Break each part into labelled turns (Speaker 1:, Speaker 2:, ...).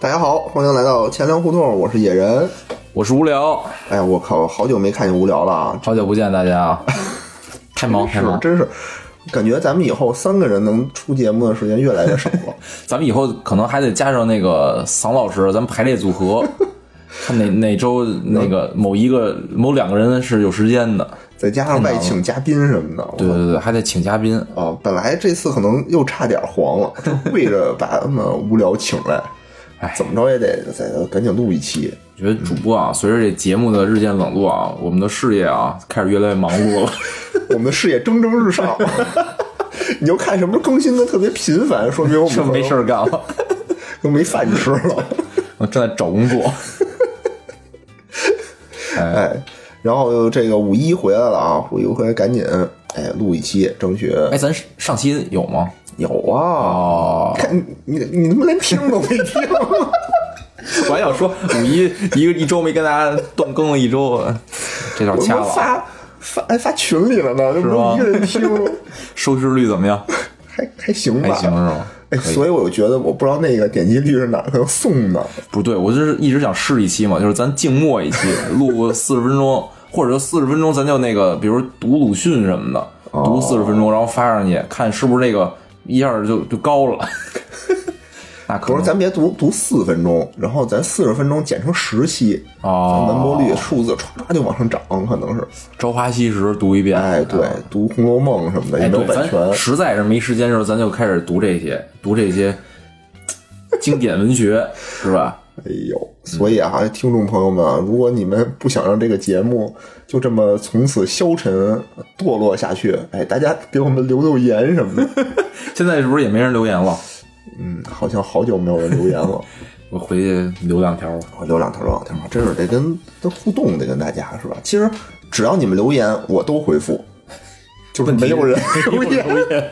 Speaker 1: 大家好，欢迎来到钱粮胡同，我是野人。
Speaker 2: 我是无聊，
Speaker 1: 哎呀，我靠，好久没看见无聊了啊！
Speaker 2: 好久不见大家啊， 太忙太
Speaker 1: 是
Speaker 2: 忙，，
Speaker 1: 真是，感觉咱们以后三个人能出节目的时间越来越少 了。
Speaker 2: 咱们以后可能还得加上那个桑老师，咱们排列组 合，看哪哪周那个某一个某两个人是有时间的，
Speaker 1: 再加上外请嘉宾什么的，我
Speaker 2: 对对对，还得请嘉宾，
Speaker 1: 啊，本来这次可能又差点黄了，就为着把他们无聊请来，
Speaker 2: 哎
Speaker 1: 怎么着也得再赶紧录一期。
Speaker 2: 我觉得主播啊，随着这节目的日渐冷落啊，我们的事业啊开始越来越忙碌了。
Speaker 1: 我们的事业蒸蒸日上，你就看什么时候更新的特别频繁，说明我们
Speaker 2: 这没事儿干了，
Speaker 1: 都没饭吃了。
Speaker 2: 我正在找工 作。
Speaker 1: 哎，然后这个五一回来了啊，五一回来赶紧哎录一期，争取
Speaker 2: 哎，咱上期有吗？
Speaker 1: 有啊。
Speaker 2: 哦，
Speaker 1: 看你你你他妈连听都没 听，
Speaker 2: 我还想说五一一个一周没跟大家断更了一周，这段
Speaker 1: 我
Speaker 2: 掐
Speaker 1: 他
Speaker 2: 了
Speaker 1: 妈
Speaker 2: 啊。
Speaker 1: 发发哎发群里了呢，就
Speaker 2: 吗
Speaker 1: 没一个人听，
Speaker 2: 收视率怎 么样？
Speaker 1: 还还行
Speaker 2: 还
Speaker 1: 吧？
Speaker 2: 行是吗？
Speaker 1: 哎，
Speaker 2: 可以
Speaker 1: 所以我就觉得我不知道那个点击率是哪儿可能送的，
Speaker 2: 不对，我就是一直想试一期嘛，就是咱静默一期，录四十分钟，或者就四十分钟，咱就那个，比如读鲁迅什么的，
Speaker 1: 哦
Speaker 2: 读四十分钟，然后发上去，看是不是这个一下就就高了。 那可
Speaker 1: 不是，
Speaker 2: 能
Speaker 1: 咱别读读四分钟，然后咱四十分钟剪成十期，
Speaker 2: 哦
Speaker 1: 咱完播率数字唰就往上涨，可能是。
Speaker 2: 朝花夕拾读一遍，
Speaker 1: 哎，对，读《红楼梦》什么的也
Speaker 2: 啊哎，
Speaker 1: 没有
Speaker 2: 对，
Speaker 1: 版权
Speaker 2: 咱，实在是没时间的时候，咱就开始读这些，读这些经典文学，是吧？
Speaker 1: 哎呦，所以啊，听众朋友们啊，如果你们不想让这个节目就这么从此消沉堕落下去，哎，大家给我们留留言什么 的。
Speaker 2: 现在是不是也没人留言了？
Speaker 1: 嗯，好像好久没有人留言 了。
Speaker 2: 我回去留两条吧。
Speaker 1: 我留两条，留啊两条，真是得跟得互动，得跟大家是吧？其实只要你们留言，我都回复， 就是没有人 留言。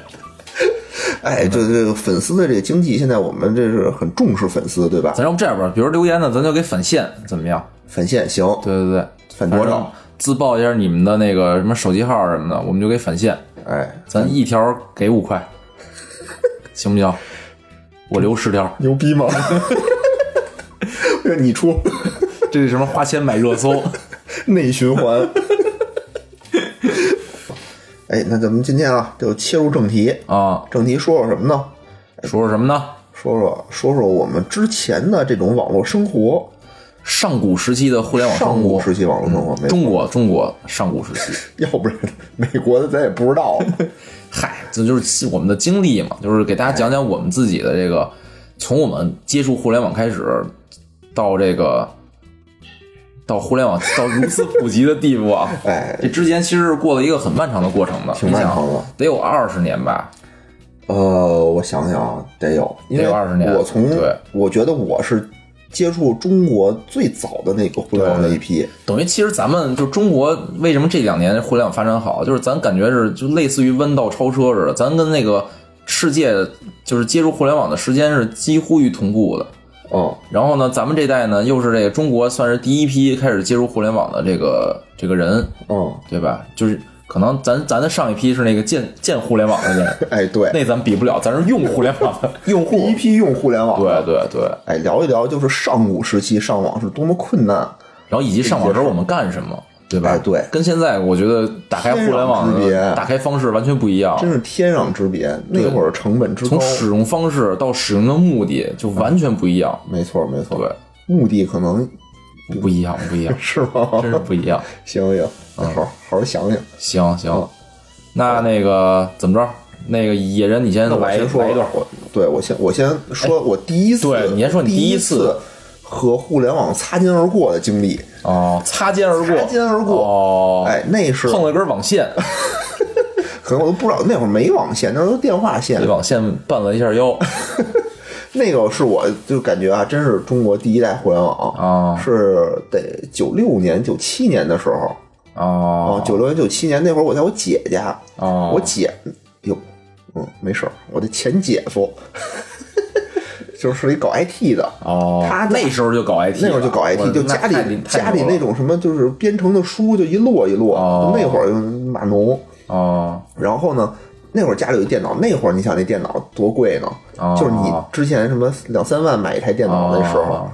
Speaker 1: 哎，这这个粉丝的这个经济，现在我们这是很重视粉丝，对吧？
Speaker 2: 咱要不这样吧，比如留言呢，咱就给返现，怎么样？
Speaker 1: 返现行，
Speaker 2: 对对对，
Speaker 1: 返多少？？
Speaker 2: 自报一下你们的那个什么手机号什么的，我们就给返现，
Speaker 1: 哎，
Speaker 2: 咱一条给五块，行不行？我留十条，
Speaker 1: 牛逼 吗？你出
Speaker 2: 这是什么花钱买热搜？
Speaker 1: 内循环。哎，那咱们今天啊，就切入正题。
Speaker 2: 啊？
Speaker 1: 正题说说什么呢？
Speaker 2: 说说什么呢？
Speaker 1: 说说说说我们之前的这种网络生活，
Speaker 2: 上古时期的互联网
Speaker 1: 上
Speaker 2: 生
Speaker 1: 古
Speaker 2: 活，
Speaker 1: 时期网络生活没，
Speaker 2: 中国中国上古时 期，
Speaker 1: 要不然美国的咱也不知 道。
Speaker 2: 嗨，这就是我们的经历嘛，就是给大家讲讲我们自己的这个，从我们接触互联网开始，到这个， 到互联网到如此普及的地步啊，
Speaker 1: 哎，
Speaker 2: 这之前其实是过了一个很漫长的过程的，
Speaker 1: 挺漫长的
Speaker 2: 你想，得有二十年吧。
Speaker 1: 呃，我想想啊，得有，因为
Speaker 2: 得有20年
Speaker 1: 我从
Speaker 2: 对
Speaker 1: 我觉得我是接触中国最早的那个互联网那一批，
Speaker 2: 等于其实咱们就中国为什么这两年互联网发展好，就是咱感觉是就类似于弯道超车似的，咱跟那个世界就是接触互联网的时间是几乎于同步的。
Speaker 1: 嗯，
Speaker 2: 然后呢，咱们这代呢又是这个中国算是第一批开始接触互联网的这个这个人，
Speaker 1: 嗯，
Speaker 2: 对吧？就是可能咱咱的上一批是那个建建互联网的人，
Speaker 1: 哎，对，
Speaker 2: 那咱们比不了，咱是用互联 网的用
Speaker 1: 第
Speaker 2: 户
Speaker 1: 一。批用互联网，
Speaker 2: 对对对，
Speaker 1: 哎，聊一聊就是上古时期上网是多么困难，啊
Speaker 2: 然后以及上网时候我们干什么，对吧？
Speaker 1: 哎对
Speaker 2: 跟现在我觉得打开互联网
Speaker 1: 天壤之别
Speaker 2: 的打开方式完全不一样，
Speaker 1: 真是天壤之别。那会儿成本之高
Speaker 2: 从，使用方式到使用的目的就完全不一样，
Speaker 1: 没错没错，
Speaker 2: 对，
Speaker 1: 目的可能，
Speaker 2: 不一样，不一样
Speaker 1: 是吗？
Speaker 2: 真是不一样。
Speaker 1: 行行，好
Speaker 2: 嗯
Speaker 1: 好好想想。
Speaker 2: 行
Speaker 1: 嗯
Speaker 2: 行，那那个怎么着？那个野人，你先
Speaker 1: 那我
Speaker 2: 来
Speaker 1: 先说
Speaker 2: 来一段。
Speaker 1: 我对我先我先说我第一次，
Speaker 2: 哎对你先说你
Speaker 1: 第
Speaker 2: 第一次
Speaker 1: 次和互联网擦肩而过的经历。
Speaker 2: 哦，擦肩而过，
Speaker 1: 擦肩而过
Speaker 2: 哦，
Speaker 1: 哎，那是
Speaker 2: 碰了根 网线，
Speaker 1: 可能我都不知道，那会儿没网线，那都是电话线
Speaker 2: 给。网线绊了 一下腰。
Speaker 1: 那个是我就感觉啊，真是中国第一代互联网
Speaker 2: 哦
Speaker 1: 是得九六年、九七年的时候啊，
Speaker 2: 哦
Speaker 1: 九六年、九七年那会儿，我在我姐家，
Speaker 2: 哦，
Speaker 1: 我姐哟，嗯，没事儿，我的前姐夫 就是一搞 IT 的，
Speaker 2: 哦，
Speaker 1: 他
Speaker 2: 那时候就搞 IT，
Speaker 1: 那会儿就搞
Speaker 2: 了
Speaker 1: IT，就
Speaker 2: 那
Speaker 1: 家
Speaker 2: 太
Speaker 1: 里
Speaker 2: 厉太
Speaker 1: 家里
Speaker 2: 牛了
Speaker 1: 那种什么就是编程的书就一摞一摞
Speaker 2: 哦，
Speaker 1: 那会儿就码农。
Speaker 2: 哦
Speaker 1: 然后呢，那会儿家里有一电脑，那会儿你想那电脑多贵呢？
Speaker 2: 哦
Speaker 1: 就是你之前什么两三万买一台电脑那时候，
Speaker 2: 哦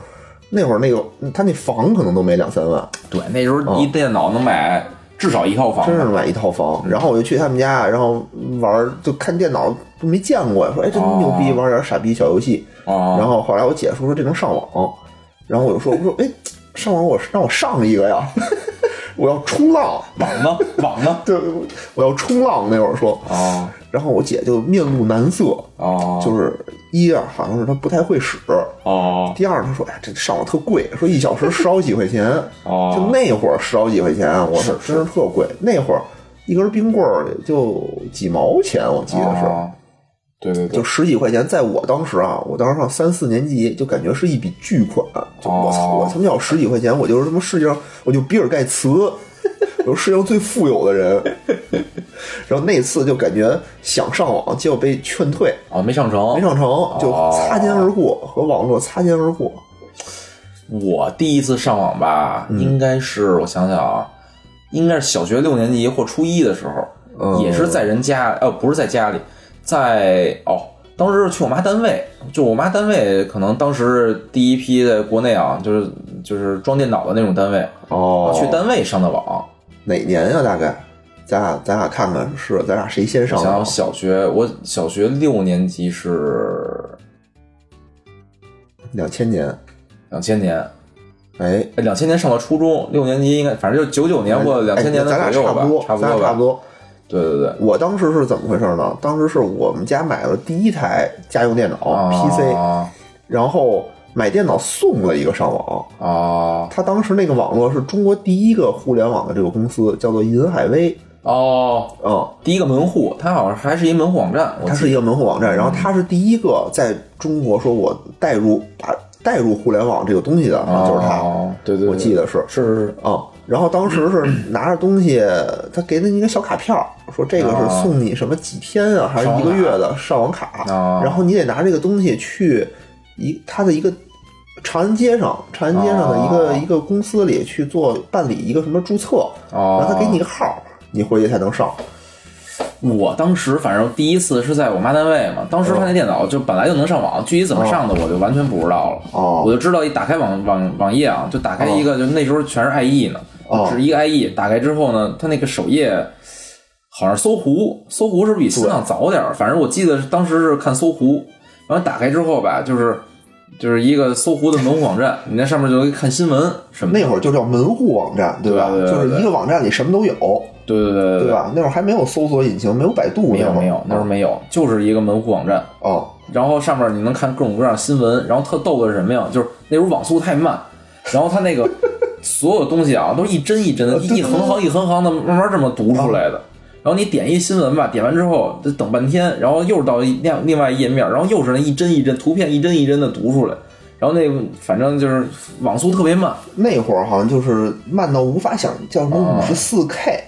Speaker 1: 那会儿那个他那房可能都没两三万，
Speaker 2: 对，那时候一电脑能买至少一套
Speaker 1: 嗯
Speaker 2: 房
Speaker 1: 真，是买一套房。
Speaker 2: 嗯
Speaker 1: 然后我就去他们家，然后玩儿就看电脑都没见过呀，说哎真牛逼，
Speaker 2: 哦
Speaker 1: 玩点傻逼小游戏。
Speaker 2: 啊
Speaker 1: 然后后来我姐夫说这能上网，然后我就说我说哎上网我让我上一个呀， 我要冲浪，
Speaker 2: 网呢？网呢？
Speaker 1: 对，我我要冲浪那会儿说，
Speaker 2: 哦
Speaker 1: 然后我姐就面露难色，
Speaker 2: 哦，
Speaker 1: 就是一啊好像是她不太会使，
Speaker 2: 哦
Speaker 1: 第二她说哎呀这上网特贵，说一小时十好几块钱，
Speaker 2: 哦
Speaker 1: 就那会儿十好几块钱，我操真是特贵，那会儿一根冰棍儿就几毛钱，我记得是。
Speaker 2: 哦对对对
Speaker 1: 就，十几块钱，在我当时啊，我当时上三四年级，就感觉是一笔巨款。就我操，
Speaker 2: 哦
Speaker 1: 我他妈要十几块钱，我就是他妈世界上，我就比尔盖茨，我是世界上最富有的人。然后那次就感觉想上网，结果被劝退，
Speaker 2: 哦，没上成，
Speaker 1: 没上成，就擦肩而过，和网络擦肩而过。
Speaker 2: 我第一次上网吧，
Speaker 1: 嗯
Speaker 2: 应该是我想想啊，应该是小学六年级或初一的时候，
Speaker 1: 嗯
Speaker 2: 也是在人家，呃，不是在家里，在哦，当时是去我妈单位，就我妈单位可能当时第一批在国内啊，就是就是装电脑的那种单位，
Speaker 1: 哦
Speaker 2: 去单位上的网。
Speaker 1: 哪年啊呀、大概，咱俩咱俩看看是咱俩谁先上
Speaker 2: 想
Speaker 1: 的
Speaker 2: 想？小学，我小学六年级是
Speaker 1: 两千年，
Speaker 2: 两千年，
Speaker 1: 哎，
Speaker 2: 两千年上到初中，六年级应该反正就九九年或两千年的
Speaker 1: 哎咱俩
Speaker 2: 左右
Speaker 1: 差
Speaker 2: 吧
Speaker 1: 不，多，
Speaker 2: 差不
Speaker 1: 咱
Speaker 2: 多
Speaker 1: 俩差不
Speaker 2: 吧。
Speaker 1: 多。
Speaker 2: 对对对，
Speaker 1: 我当时是怎么回事呢？当时是我们家买了第一台家用电脑、PC，
Speaker 2: 啊
Speaker 1: 然后买电脑送了一个上网。
Speaker 2: 啊
Speaker 1: 他当时那个网络是中国第一个互联网的这个公司，叫做银海威，
Speaker 2: 哦，
Speaker 1: 嗯，
Speaker 2: 第一个门户，它好像还是一门户网站，我
Speaker 1: 它
Speaker 2: 记嗯
Speaker 1: 是一个门户网站，然后它是第一个在中国说我带入把带入互联网这个东西的，
Speaker 2: 得
Speaker 1: 就是它，
Speaker 2: 哦对对，对
Speaker 1: 我记得是。
Speaker 2: 是是是，
Speaker 1: 啊、然后当时是
Speaker 2: 嗯
Speaker 1: 拿着东西，他给了你一个小卡片儿，说这
Speaker 2: 哦
Speaker 1: 个是送你什么几天啊，还是一个月的上网卡，
Speaker 2: 啊
Speaker 1: 然后你得拿这个东西去一他的一个长安街上，长安街上的一个、
Speaker 2: 啊
Speaker 1: 一个公司里去做办理一个什么注册，
Speaker 2: 哦
Speaker 1: 然后他给你一个号儿，你回去才能上。
Speaker 2: 我当时反正第一次是在我妈单位嘛，当时她那电脑就本来就能上网，具体怎么上的我就完全不知道了。
Speaker 1: 哦
Speaker 2: 我就知道一打开网网网页啊，就打开一个，就那时候全是 IE 呢，
Speaker 1: 哦
Speaker 2: 只是一个 IE。打开之后呢，它那个首页好像是搜狐，搜狐是不是比新浪早点儿？反正我记得是当时是看搜狐，然后打开之后吧，就是就是一个搜狐的门户网站， 你在上面就可以看新闻什么的。
Speaker 1: 那会儿就叫门户网站，对吧？
Speaker 2: 对对对对
Speaker 1: 就是一个网站里什么都有，
Speaker 2: 对对对对
Speaker 1: 对？吧？那会哦儿还没有搜索引擎，没有百度
Speaker 2: 没有
Speaker 1: 那会儿，
Speaker 2: 没有，那时候没有，就是一个门户网站。
Speaker 1: 哦，
Speaker 2: 然后上面你能看各种各样的新闻，然后特逗的是什么呀？就是那时候网速太 慢，然后它那个所有东西啊都是一帧一帧的，
Speaker 1: 呃对
Speaker 2: 一横行一横行的慢慢这么读出来的。然后你点一新闻吧，点完之后得等半天，然后又是到一另另外一页面，然后又是那一帧一帧图片一帧一帧的读出来，然后那个反正就是网速特别慢，
Speaker 1: 那会儿好像就是慢到无法想，叫什么五十四 K，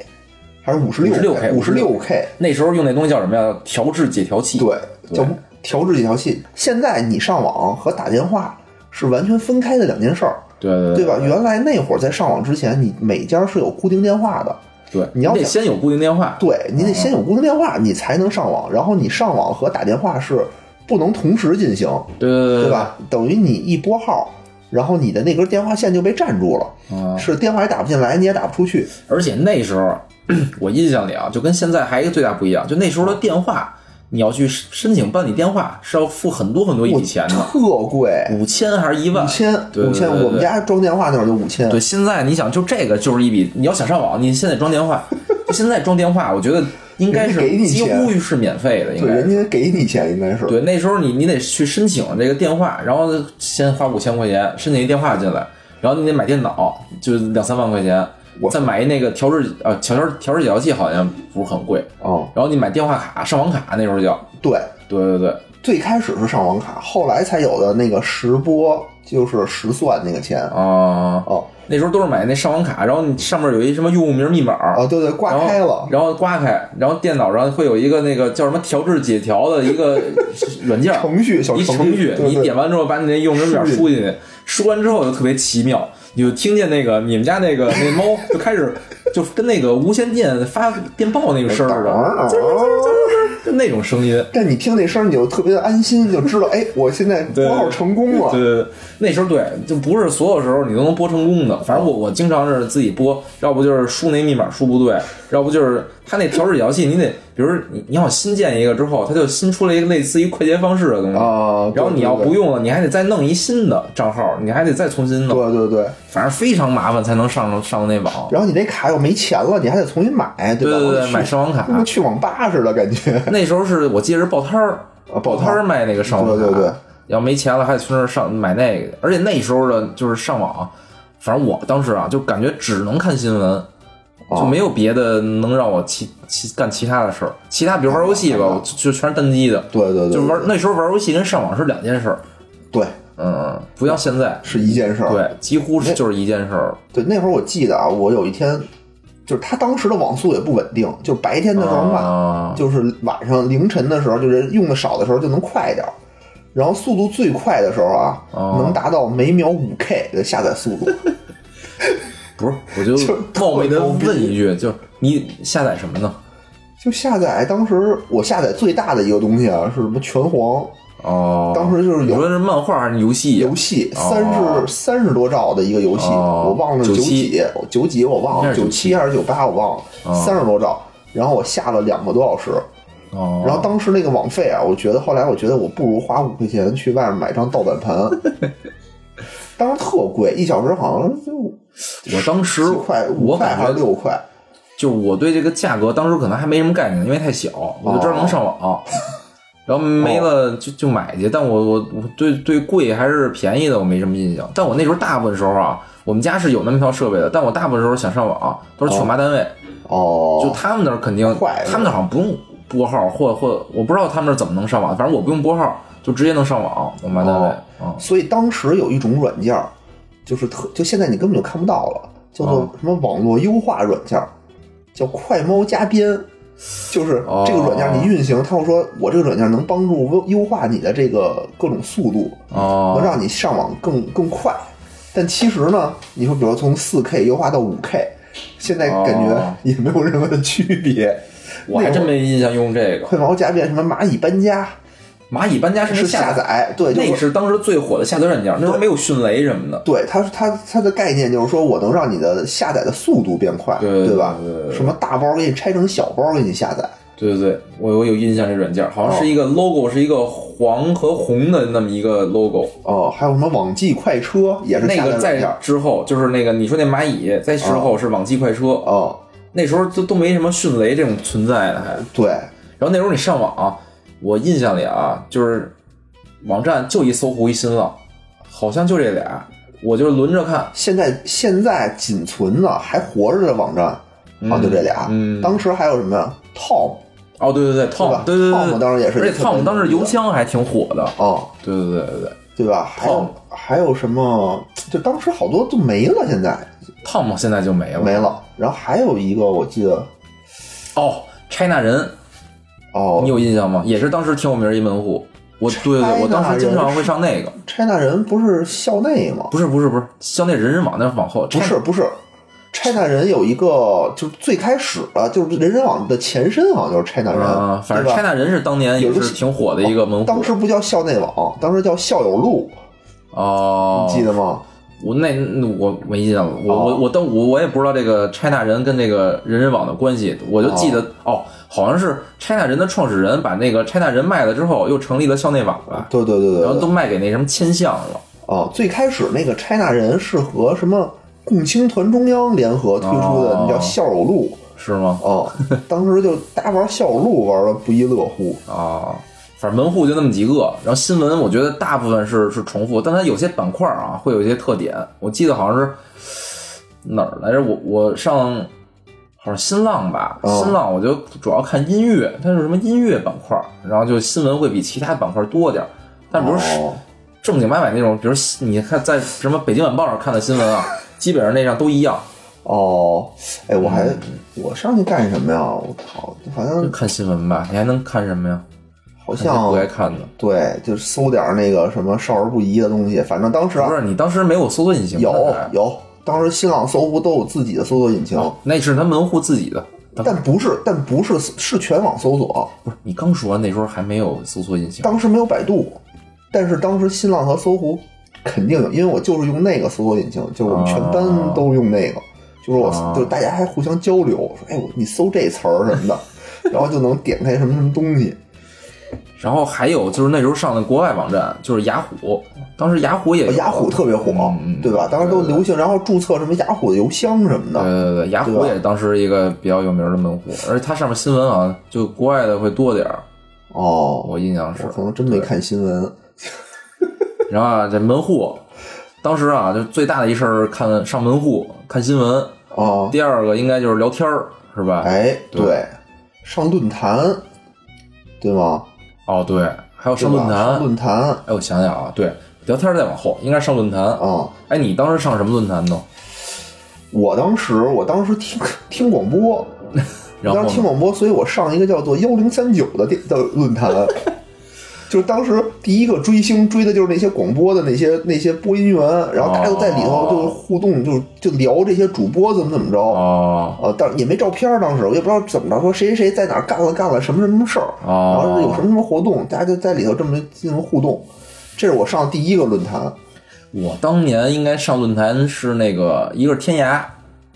Speaker 1: 还是啊五十六
Speaker 2: 56K
Speaker 1: 五十六 K，
Speaker 2: 那时候用那东西叫什么呀？调制解调器。
Speaker 1: 对，
Speaker 2: 对
Speaker 1: 叫调制几条信。现在你上网和打电话是完全分开的两件事儿，
Speaker 2: 对对
Speaker 1: 对吧？原来那会儿在上网之前，你每家是有固定电话的，
Speaker 2: 对，
Speaker 1: 你要
Speaker 2: 得
Speaker 1: 想
Speaker 2: 先有固定电话。
Speaker 1: 对你得先有固定电话，你才能上网。然后你上网和打电话是不能同时进行，
Speaker 2: 对对对
Speaker 1: 对？吧？等于你一拨号，然后你的那根电话线就被占住了，
Speaker 2: 啊，
Speaker 1: 是电话也打不进来，你也打不出去。
Speaker 2: 而且那时候我印象里啊，就跟现在还有一个最大不一样，就那时候的电话，你要去申请办理电话是要付很多很多
Speaker 1: 我
Speaker 2: 以前的，
Speaker 1: 特贵，
Speaker 2: 五千还是一万
Speaker 1: 五？千
Speaker 2: 对
Speaker 1: 五千，
Speaker 2: 对对对
Speaker 1: 我们家装电话那会儿就五千。
Speaker 2: 对，现在你想，就这个就是一笔，你要想上网，你现在装电话，就现在装电话，我觉得应该
Speaker 1: 人家给
Speaker 2: 是
Speaker 1: 你
Speaker 2: 几
Speaker 1: 钱
Speaker 2: 乎是免费的，应
Speaker 1: 对，
Speaker 2: 该
Speaker 1: 人
Speaker 2: 是。
Speaker 1: 家给你钱应该是。
Speaker 2: 对，那时候你你得去申请这个电话，然后先花五千块钱申请一电话进来，然后你得买电脑，就两三万块钱
Speaker 1: 我，
Speaker 2: 再买一那个调制呃调调调制解调器，好像不是很贵，
Speaker 1: 哦，
Speaker 2: 然后你买电话卡、上网卡，那时候叫，
Speaker 1: 对，
Speaker 2: 对对对，
Speaker 1: 最开始是上网卡，后来才有的那个实拨，就是实算那个钱。
Speaker 2: 啊、
Speaker 1: 哦
Speaker 2: 那时候都是买那上网卡，然后你上面有一什么用户名、密码，
Speaker 1: 哦，对对，挂开了。
Speaker 2: 然后，然后刮开，然后电脑上会有一个那个叫什么调制解调的一个 软件
Speaker 1: 程序小
Speaker 2: 一
Speaker 1: 程
Speaker 2: 程
Speaker 1: 序对
Speaker 2: 你
Speaker 1: 对
Speaker 2: 点完之后把你那用户名、密码
Speaker 1: 输进
Speaker 2: 输进去，输完之后就特别奇妙，你就听见那个你们家那个那猫就开始就跟那个无线电发电报那个声儿
Speaker 1: 噔
Speaker 2: 似
Speaker 1: 儿
Speaker 2: 的，
Speaker 1: 噔儿噔儿
Speaker 2: 就那种声音。
Speaker 1: 嗯但你听那声儿，你就特别的安心，你就知道，哎，我现在
Speaker 2: 对
Speaker 1: 拨号成功了。
Speaker 2: 对对对，那时候对，就不是所有时候你都能播成功的。反正我我经常是自己播，要不就是输那密码输不对，要不就是他那调试解调器，你得，比如说你你要新建一个之后，他就新出了一个类似于快捷方式的东西
Speaker 1: 啊对
Speaker 2: 然后你要
Speaker 1: 对对
Speaker 2: 不用了，你还得再弄一新的账号，你还得再重新弄，
Speaker 1: 对对对，
Speaker 2: 反正非常麻烦才能上上那网。
Speaker 1: 然后你那卡又没钱了，你还得重新买，
Speaker 2: 对
Speaker 1: 吧？
Speaker 2: 对
Speaker 1: 我
Speaker 2: 对，
Speaker 1: 去
Speaker 2: 买上网卡
Speaker 1: 跟，个去网吧似的感觉。
Speaker 2: 那时候是我记得是报摊儿
Speaker 1: 啊，报
Speaker 2: 摊
Speaker 1: 摊儿
Speaker 2: 儿卖那个上网卡，
Speaker 1: 对对对
Speaker 2: 要没钱了还得去那儿上买那个，而且那时候的就是上网，反正我当时啊就感觉只能看新闻，
Speaker 1: 哦
Speaker 2: 就没有别的能让我其其干其他的事儿，其他比如玩游戏吧，我就就全是单机的，
Speaker 1: 对哦对对，
Speaker 2: 就玩那时候玩游戏跟上网是两件事儿，
Speaker 1: 对
Speaker 2: 嗯，不像现在，
Speaker 1: 是一件事儿。
Speaker 2: 对，几乎是就是一件事儿，
Speaker 1: 对，那会儿我记得啊，我有一天，就是他当时的网速也不稳定，就白天的时候慢，
Speaker 2: 啊
Speaker 1: 就是晚上凌晨的时候，就是用的少的时候就能快点儿。然后速度最快的时候啊，
Speaker 2: 哦
Speaker 1: 能达到每秒五 K 的下载速度。
Speaker 2: 不是，我就
Speaker 1: 就是
Speaker 2: 冒昧的
Speaker 1: 特别牛逼
Speaker 2: 问一句，就是你下载什么呢？
Speaker 1: 就下载，当时我下载最大的一个东西啊，是什么拳皇
Speaker 2: 哦，
Speaker 1: 当时就是有
Speaker 2: 你说是漫画还是游戏呀？
Speaker 1: 游戏，
Speaker 2: 哦
Speaker 1: 三十三十多兆的一个游戏，
Speaker 2: 哦
Speaker 1: 我忘了九
Speaker 2: 九
Speaker 1: 几
Speaker 2: 七
Speaker 1: 九几我忘了，
Speaker 2: 应该是
Speaker 1: 九
Speaker 2: 九
Speaker 1: 七还是九八我忘了，三十多兆。然后我下了两个多小时，
Speaker 2: 哦，
Speaker 1: 然后当时那个网费啊，我觉得后来我觉得我不如花五块钱去外面买张盗版 盘，当时特贵，一小时好像就
Speaker 2: 我当时
Speaker 1: 几块，五
Speaker 2: 我
Speaker 1: 块
Speaker 2: 感
Speaker 1: 还是
Speaker 2: 觉
Speaker 1: 六块，
Speaker 2: 就是我对这个价格当时可能还没什么概念，因为太小，我
Speaker 1: 哦
Speaker 2: 就知道能上网， 然后没了就就买去。但我我我对对贵还是便宜的我没什么印象。但我那时候大部分时候啊，我们家是有那么一套设备的，但我大部分时候想上网都是去我妈单位，就
Speaker 1: 哦，
Speaker 2: 他们那儿肯定，
Speaker 1: 坏了
Speaker 2: 他们那儿好像不用拨号，或或我不知道他们那儿怎么能上网，反正我不用拨号就直接能上网，我妈单位。嗯
Speaker 1: 所以当时有一种软件儿，就是特就现在你根本就看不到了，叫做
Speaker 2: 哦
Speaker 1: 什么网络优化软件儿，叫快猫加编。就是
Speaker 2: 哦
Speaker 1: 这个软件儿你运行，它会说我这个软件儿能帮助优优化你的这个各种速度，能
Speaker 2: 哦，
Speaker 1: 让你上网更更快。但其实呢，你说比如从四 K 优化到五 K，现在感觉
Speaker 2: 哦
Speaker 1: 也没有任何的区别。
Speaker 2: 我还真没印象用这个
Speaker 1: 快毛加变什么蚂蚁搬家
Speaker 2: 蚂蚁搬家是
Speaker 1: 是
Speaker 2: 那下
Speaker 1: 下载，对，就
Speaker 2: 那
Speaker 1: 是
Speaker 2: 个是当时最火的下载软件，那时候没有迅雷什么的。
Speaker 1: 对，它它它的概念就是说我能让你的下载的速度变快，
Speaker 2: 对
Speaker 1: 吧
Speaker 2: 对对对？对
Speaker 1: 什么大包给你拆成小包给你下载，
Speaker 2: 对对对，我我有印象，这软件好像是一
Speaker 1: 哦
Speaker 2: 个 logo，、是一个黄和红的那么一个 logo。
Speaker 1: 哦，还有什么网际快车也是
Speaker 2: 那
Speaker 1: 下载
Speaker 2: 个
Speaker 1: 软件
Speaker 2: 在
Speaker 1: 儿，
Speaker 2: 之后就是那个你说那蚂蚁，在之后是网际快车，
Speaker 1: 哦，
Speaker 2: 那时候都都没什么迅雷这种存在的还。
Speaker 1: 对，
Speaker 2: 然后那时候你上网，我印象里啊，就是网站就一搜狐一新浪，好像就这俩，我就轮着看。
Speaker 1: 现在现在仅存的还活着的网站啊，就这俩，
Speaker 2: 嗯
Speaker 1: 当时还有什么呀？Tom
Speaker 2: 哦，对对对
Speaker 1: 吧
Speaker 2: ，Tom，对对对
Speaker 1: Tom 当时也是
Speaker 2: 而且
Speaker 1: 特别
Speaker 2: Tom 当
Speaker 1: 牛
Speaker 2: 时
Speaker 1: 逼的
Speaker 2: 邮箱还挺火的。
Speaker 1: 哦，
Speaker 2: 对对对对对
Speaker 1: 对吧？还有还有什么？就当时好多都没了，现在
Speaker 2: ，Tom 现在就没了。
Speaker 1: 没了。然后还有一个我记得
Speaker 2: 哦，China 人，
Speaker 1: 哦
Speaker 2: 你有印象吗？也是当时挺有名儿一门户。我对对对，我当时经常会上那个，
Speaker 1: ，China 人不是校内吗？
Speaker 2: 不是不是不是，像那人人网那往后，
Speaker 1: 不是不是，China 人有一个就是最开始啊，就是人人网的前身好像就是 China 人，
Speaker 2: 啊、反正
Speaker 1: 对吧
Speaker 2: China 人是当年也是挺火的一个门户
Speaker 1: 当时不叫校内网，当时叫校友路，
Speaker 2: 哦。
Speaker 1: 记得吗？
Speaker 2: 我那那我没印象了，我、
Speaker 1: 哦
Speaker 2: 我我当我我也不知道这个 China 人跟这个人人网的关系，我就记得哦好像是 China 人的创始人把那个 China 人卖了之后，又成立了校内网吧，
Speaker 1: 对对对对
Speaker 2: 然后
Speaker 1: 对
Speaker 2: 都卖给那什么千象了。
Speaker 1: 啊，最开始那个 China 人是和什么共青团中央联合推出的，
Speaker 2: 哦
Speaker 1: 那叫校友路。
Speaker 2: 是吗？
Speaker 1: 哦，当时就大家玩校友路玩的不亦乐乎。
Speaker 2: 啊，反正门户就那么几个，然后新闻我觉得大部分是是重复，但它有些板块啊会有一些特点。我记得好像是哪儿来着？我我上好像新浪吧，
Speaker 1: 哦
Speaker 2: 新浪我就主要看音乐，它是什么音乐板块，然后就新闻会比其他板块多点儿。但比如是
Speaker 1: 哦，
Speaker 2: 正经八百那种，比如你看在什么北京晚报上看的新闻 啊，基本上那上都一样，
Speaker 1: 哦，哎，我还、我上去干什么呀？我靠，好
Speaker 2: 就
Speaker 1: 像
Speaker 2: 看新闻吧。你还能看什么呀？
Speaker 1: 好
Speaker 2: 看些不该
Speaker 1: 像
Speaker 2: 看的。
Speaker 1: 对，就是搜点儿那个什么少儿不宜的东西。反正当时啊
Speaker 2: 不是你当时没有搜索引擎吧
Speaker 1: 有
Speaker 2: 还
Speaker 1: 有，当时新浪、搜狐都有自己的搜索引擎。
Speaker 2: 那是他门户自己的，
Speaker 1: 但不是，但不是是全网搜索，
Speaker 2: 不是你刚说完那时候还没有搜索引擎，
Speaker 1: 当时没有百度，但是当时新浪和搜狐肯定有，因为我就是用那个搜索引擎，就是我们全班都用那个，就是我、
Speaker 2: 啊
Speaker 1: 就是大家还互相交流，说哎我你搜这词儿什么的， 然后就能点开什么什么东西。
Speaker 2: 然后还有就是那时候上的国外网站就是雅虎，当时雅虎也有
Speaker 1: 哦雅虎特别火，
Speaker 2: 嗯
Speaker 1: 对吧？当时都流行，然后注册什么雅虎的邮箱什么
Speaker 2: 对
Speaker 1: 的，
Speaker 2: 对对，雅
Speaker 1: 对
Speaker 2: 虎
Speaker 1: 吧
Speaker 2: 也当时一个比较有名的门户，而且它上面新闻好像就国外的会多点儿，
Speaker 1: 哦，
Speaker 2: 我印象是
Speaker 1: 我。可能真没看新闻。
Speaker 2: 然后啊，这门户，当时啊，就最大的一事儿看上门户看新闻，
Speaker 1: 哦，
Speaker 2: 第二个应该就是聊天儿，是吧？
Speaker 1: 哎，
Speaker 2: 对
Speaker 1: 对，上论坛，对吗？
Speaker 2: 哦对，还有
Speaker 1: 对
Speaker 2: 上
Speaker 1: 吧
Speaker 2: 论坛
Speaker 1: 上。论坛啊、
Speaker 2: 哎，我想想啊，对，聊天儿再往后应该上论坛。
Speaker 1: 哦
Speaker 2: 哎，你当时上什么论坛呢？
Speaker 1: 我当时，我当时听听广播，
Speaker 2: 然后
Speaker 1: 当时听
Speaker 2: 呢
Speaker 1: 广播，所以我上一个叫做幺零三九的电的论坛， 就是当时第一个追星追的就是那些广播的那些那些播音员，然后大家都在里头就是互动，就是就聊这些主播怎么怎么着。
Speaker 2: 哦
Speaker 1: 呃，当也没照片，当时我也不知道怎么着，说谁谁谁在哪儿干了干了什么什么事儿，然
Speaker 2: 哦，
Speaker 1: 后有什么什么活动，大家就在里头这么进行互动。这是我上第一个论坛，
Speaker 2: 我当年应该上论坛是那个一个是天涯，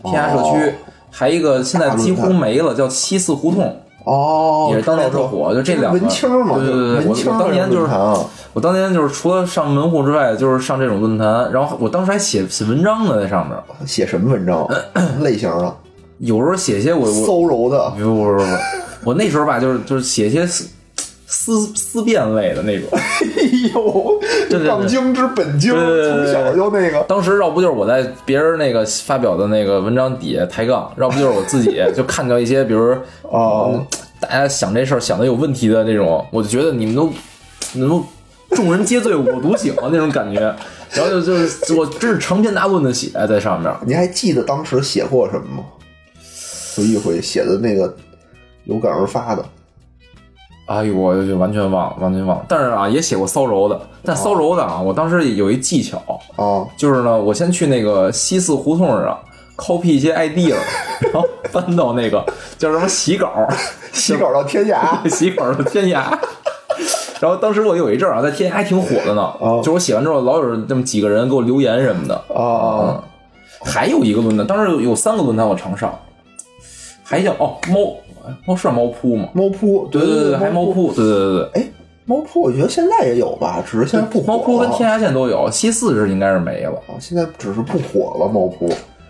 Speaker 2: 天涯社区，
Speaker 1: 哦
Speaker 2: 还一个现在几
Speaker 1: 大
Speaker 2: 乎
Speaker 1: 论
Speaker 2: 没了，叫七四胡同，
Speaker 1: 哦，
Speaker 2: 也是当年
Speaker 1: 知
Speaker 2: 特
Speaker 1: 道
Speaker 2: 火。就这两个
Speaker 1: 文青儿嘛，
Speaker 2: 对对对对，
Speaker 1: 文
Speaker 2: 我
Speaker 1: 青
Speaker 2: 我
Speaker 1: 儿
Speaker 2: 当年就是
Speaker 1: 论坛啊
Speaker 2: 我当年就是除了上门户之外，就是上这种论坛，然后我当时还写写文章呢，在上面，
Speaker 1: 写什么文章，类型啊，
Speaker 2: 有时候写些我我
Speaker 1: 搜柔的
Speaker 2: 不不不不，我那时候吧，就是就是写些思思思辨类的那种。
Speaker 1: 哎呦，
Speaker 2: 对对
Speaker 1: 杠精之本精，
Speaker 2: 对对对
Speaker 1: 从
Speaker 2: 对
Speaker 1: 小就那个
Speaker 2: 当时要不就是我在别人那个发表的那个文章底下抬杠，要不就是我自己就看到一些，比如
Speaker 1: 哦，
Speaker 2: 大家想这事儿想的有问题的这种，我就觉得你们都，你们都众人皆醉我独醒那种感觉，然后就就我真是长篇大论的写在上面。
Speaker 1: 你还记得当时写过什么吗？回忆回忆写的那个有感而发的，
Speaker 2: 哎呦，我就完全忘了，完全忘了。但是啊，也写过骚柔的，但骚柔的啊，我当时有一技巧，
Speaker 1: 啊，
Speaker 2: 就是呢，我先去那个西四胡同上 copy 一些 idea，然后搬到那个叫什么洗稿，，
Speaker 1: 洗稿到天涯
Speaker 2: 洗稿的天涯。然后当时我有一阵儿啊，在天涯还挺火的呢，
Speaker 1: 哦
Speaker 2: 就是我写完之后，老有那么几个人给我留言什么的。
Speaker 1: 啊，
Speaker 2: 还有一个论坛，当时有有三个论坛我常上，还叫哦猫猫是叫猫扑吗？
Speaker 1: 猫扑，
Speaker 2: 对
Speaker 1: 对
Speaker 2: 对对，还猫
Speaker 1: 嗯猫，
Speaker 2: 扑，对对对对。
Speaker 1: 哎，猫扑，我觉得现在也有吧，只是现在不火啊
Speaker 2: 猫
Speaker 1: 了。
Speaker 2: 扑跟天涯线都有，西四是应该是没了，
Speaker 1: 啊，现在只是不火了，猫扑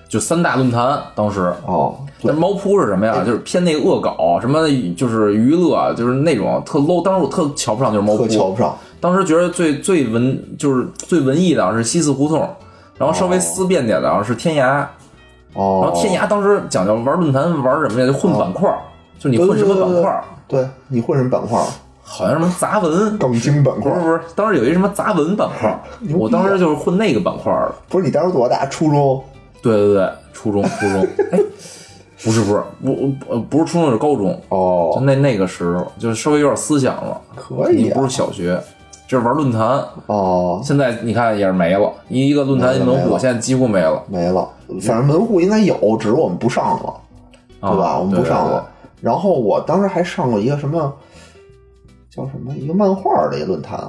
Speaker 2: 就三大论坛当时。
Speaker 1: 哦，对哎
Speaker 2: 但是猫扑是什么呀？就是偏那个恶搞，什么就是娱乐，就是那种特 low。当时我特瞧不上就是猫
Speaker 1: 特瞧
Speaker 2: 扑，
Speaker 1: 不上，啊
Speaker 2: 当时觉得最最文就是最文艺的啊是西四胡同，然后稍微思辨点的啊是天涯。然
Speaker 1: 哦，
Speaker 2: 后天涯当时讲究玩论坛玩什么呀？就混板块儿，就你
Speaker 1: 对
Speaker 2: 混什么板块儿，？
Speaker 1: 呃对对对对，你混什么板块儿？
Speaker 2: 好像什么 杂文。
Speaker 1: 杠精板块
Speaker 2: 不
Speaker 1: 儿
Speaker 2: 是不是，当时有一什么杂文板块儿，
Speaker 1: 牛逼啊
Speaker 2: 我当时就是混那个板块儿的。
Speaker 1: 不是你当时多大？初中？
Speaker 2: 对对对，初中初中，哎，不是不是，我我不是初中是高中，就
Speaker 1: 哦，
Speaker 2: 那那个时候就稍微有点思想了，
Speaker 1: 可以
Speaker 2: 你
Speaker 1: 啊
Speaker 2: 不是小学，这是玩论坛，
Speaker 1: 哦，
Speaker 2: 现在你看也是没了，一一个论坛一
Speaker 1: 没了
Speaker 2: 门
Speaker 1: 没
Speaker 2: 户
Speaker 1: 了
Speaker 2: 现在几乎没了，
Speaker 1: 没了。反正门户应该有，只是我们不上了，
Speaker 2: 啊
Speaker 1: 对吧？我们不上
Speaker 2: 对
Speaker 1: 了。然后我当时还上过一个什么叫什么一个漫画的一个论坛，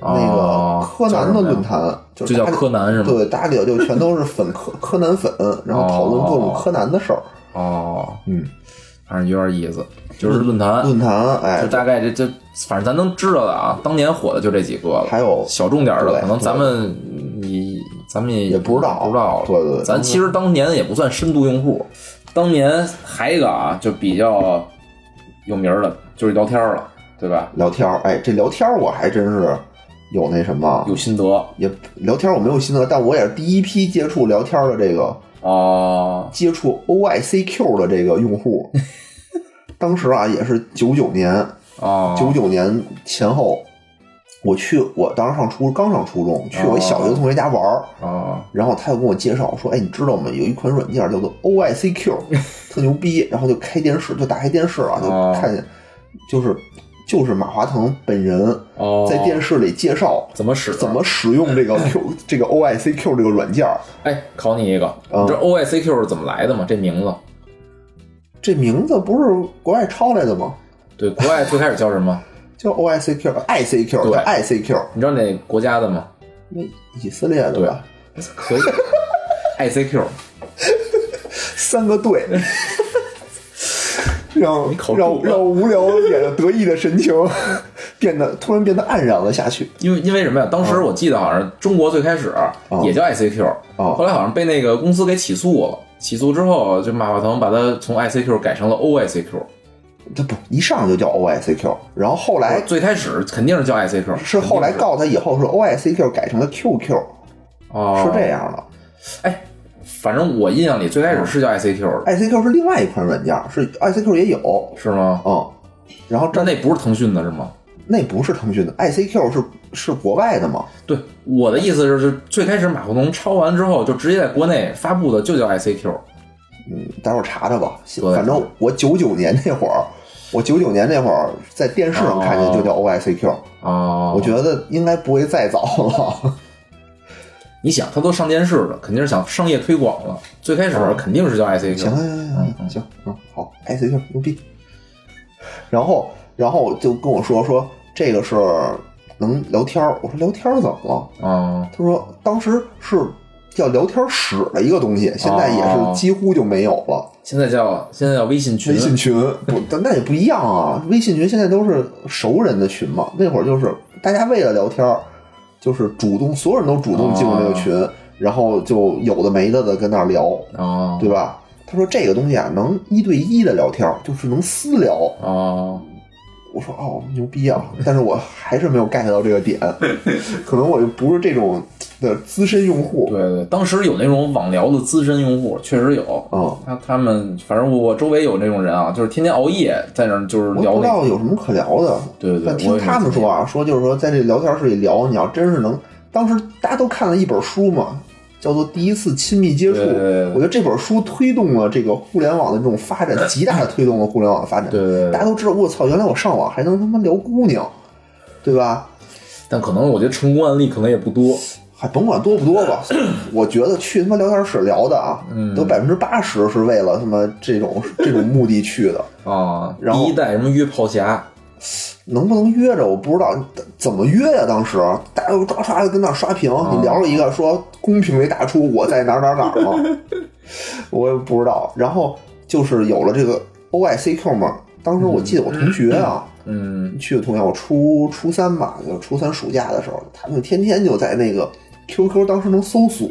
Speaker 1: 那
Speaker 2: 哦
Speaker 1: 个柯南的论坛，就
Speaker 2: 就是叫
Speaker 1: 大家
Speaker 2: 柯南是吗？
Speaker 1: 对，大家里头就全都是粉柯柯南粉，然后讨论各种柯南的事儿。
Speaker 2: 哦，
Speaker 1: 嗯，
Speaker 2: 反正有点意思，就是论坛，
Speaker 1: 论坛，哎
Speaker 2: 就，大概这这，反正咱能知道的啊，当年火的就这几个了，
Speaker 1: 还有
Speaker 2: 小众点儿的，
Speaker 1: 对
Speaker 2: 可能咱们你咱们也
Speaker 1: 也不知道
Speaker 2: 不知道。
Speaker 1: 对对对
Speaker 2: 咱其实当年也不算深度用户，当年还有一个啊，就比较有名儿的，就是聊天儿了，对吧？
Speaker 1: 聊天儿，哎，这聊天儿我还真是有那什么，
Speaker 2: 有心得
Speaker 1: 也聊天儿我没有心得，但我也是第一批接触聊天儿的这个
Speaker 2: 哦
Speaker 1: 接触 OICQ 的这个用 户。当时啊，也是九九年，
Speaker 2: 哦，
Speaker 1: 九九年前后，我去，我当时上初刚上初中，去我一小学同学家玩儿，
Speaker 2: 哦
Speaker 1: 然后他又跟我介绍说，哎，你知道吗？有一款软件叫做 OICQ，特牛逼。然后就开电视，就打开电视啊，就
Speaker 2: 哦
Speaker 1: 看见，就是就是马化腾本人
Speaker 2: 哦，嗯
Speaker 1: 在电视里介绍
Speaker 2: 怎么使？
Speaker 1: 怎？么使用这个 Q 这个 OICQ 这个软件儿。
Speaker 2: 哎，考你一个，
Speaker 1: 嗯
Speaker 2: 你知道 OICQ 是怎么来的吗？这名字
Speaker 1: 这名字不是国外抄来的吗？
Speaker 2: 对，国外最开始叫什么？
Speaker 1: 叫 OICQ、ICQ，
Speaker 2: 对
Speaker 1: 叫 ICQ，
Speaker 2: 你知道哪国家的吗？
Speaker 1: 那以色列的吧？
Speaker 2: 可以 ，ICQ，
Speaker 1: 三个 队，让
Speaker 2: 口住
Speaker 1: 让
Speaker 2: 了
Speaker 1: 让无聊演着得意的神情， 变得突然变得黯然了下去。
Speaker 2: 因为因为什么呀？当
Speaker 1: 啊
Speaker 2: 时我记得好像中国最开始也叫 ICQ，、
Speaker 1: 哦
Speaker 2: 后来好像被那个公司给起诉了。起诉之后，就马化腾把它从 ICQ 改成了 OICQ。
Speaker 1: 他不一上就叫 OICQ，然后后来
Speaker 2: 最开始肯定是叫 ICQ，
Speaker 1: 哎是后来告他以后是 OICQ 改成了 QQ，
Speaker 2: 哦，
Speaker 1: 是这。样的。
Speaker 2: 哎，反正我印象里最开始是叫 ICQ 的，
Speaker 1: ICQ 是另外一款软件，是 ICQ 也有，
Speaker 2: 是吗？
Speaker 1: 嗯，然后这
Speaker 2: 但那不是腾讯的是吗？
Speaker 1: 那不是腾讯的，ICQ 是是国外的嘛？
Speaker 2: 对，我的意思是，就最开始马化腾抄完之后，就直接在国内发布的就叫 ICQ。
Speaker 1: 嗯，待会儿查查吧。
Speaker 2: 对
Speaker 1: 反正我九九年那会儿，我九九年那会儿在电视上看见就叫 OICQ，、
Speaker 2: 哦，
Speaker 1: 我觉得应该不会再早了。
Speaker 2: 你想，他都上电视了，肯定是想商业推广了。最开始肯定是叫 ICQ。
Speaker 1: 哦行行行行行，嗯，好，ICQ 牛逼。然后然后就跟我说说这个是能聊天儿，我说聊天儿怎么了？
Speaker 2: 哦，
Speaker 1: 他说当时是叫聊天室的一个东西，现在也
Speaker 2: 哦
Speaker 1: 是几乎就没有了。
Speaker 2: 现在叫现在叫微信群，
Speaker 1: 微信群不，但那也不一样啊。微信群现在都是熟人的群嘛，那会儿就是大家为了聊天儿，就是主动，所有人都主动进入那个群，然后就有的没的的跟那儿聊，
Speaker 2: 哦
Speaker 1: 对吧？他说这个东西啊，能一对一的聊天儿，就是能私聊。
Speaker 2: 哦，
Speaker 1: 我说哦，牛逼啊！但是我还是没有 get 到这个点，可能我就不是这种的资深用户。
Speaker 2: 对对，当时有那种网聊的资深用户，确实有。
Speaker 1: 嗯
Speaker 2: 他他们反正我我周围有那种人啊，就是天天熬夜在那儿就是
Speaker 1: 我
Speaker 2: 聊
Speaker 1: 不知
Speaker 2: 那
Speaker 1: 道有什么可聊的。
Speaker 2: 对对对
Speaker 1: 但
Speaker 2: 我
Speaker 1: 听
Speaker 2: 也没
Speaker 1: 他们
Speaker 2: 经
Speaker 1: 说啊，说就是说在这聊天室里聊，你要真是能，当时大家都看了一本书嘛，叫做《第一次亲密接触》。
Speaker 2: 对对对对
Speaker 1: 我觉得这本书推动了这个互联网的这种发展，极大的推动了互联网的发展。
Speaker 2: 对对对
Speaker 1: 大家都知道，我操，原来我上网还能他妈聊姑娘，对吧？
Speaker 2: 但可能我觉得成功案例可能也不多。
Speaker 1: 还甭管多不多吧，我觉得去他妈聊天室聊的啊，
Speaker 2: 嗯
Speaker 1: 都百分之八十是为了他妈这种这种目的去的。
Speaker 2: 啊，
Speaker 1: 然后
Speaker 2: 第一代什么约炮侠，
Speaker 1: 能不能约着我不知道怎么约呀、当时大家都刷刷跟那儿刷屏，
Speaker 2: 啊
Speaker 1: 你聊了一个说公屏没打出我在哪儿哪儿哪儿 吗？我也不知道。然后就是有了这个 OICQ 嘛，当时我记得我同学啊，
Speaker 2: 嗯，
Speaker 1: 去的同学，我初初三吧，就初三暑假的时候，他们天天就在那个 QQ 当时能搜索，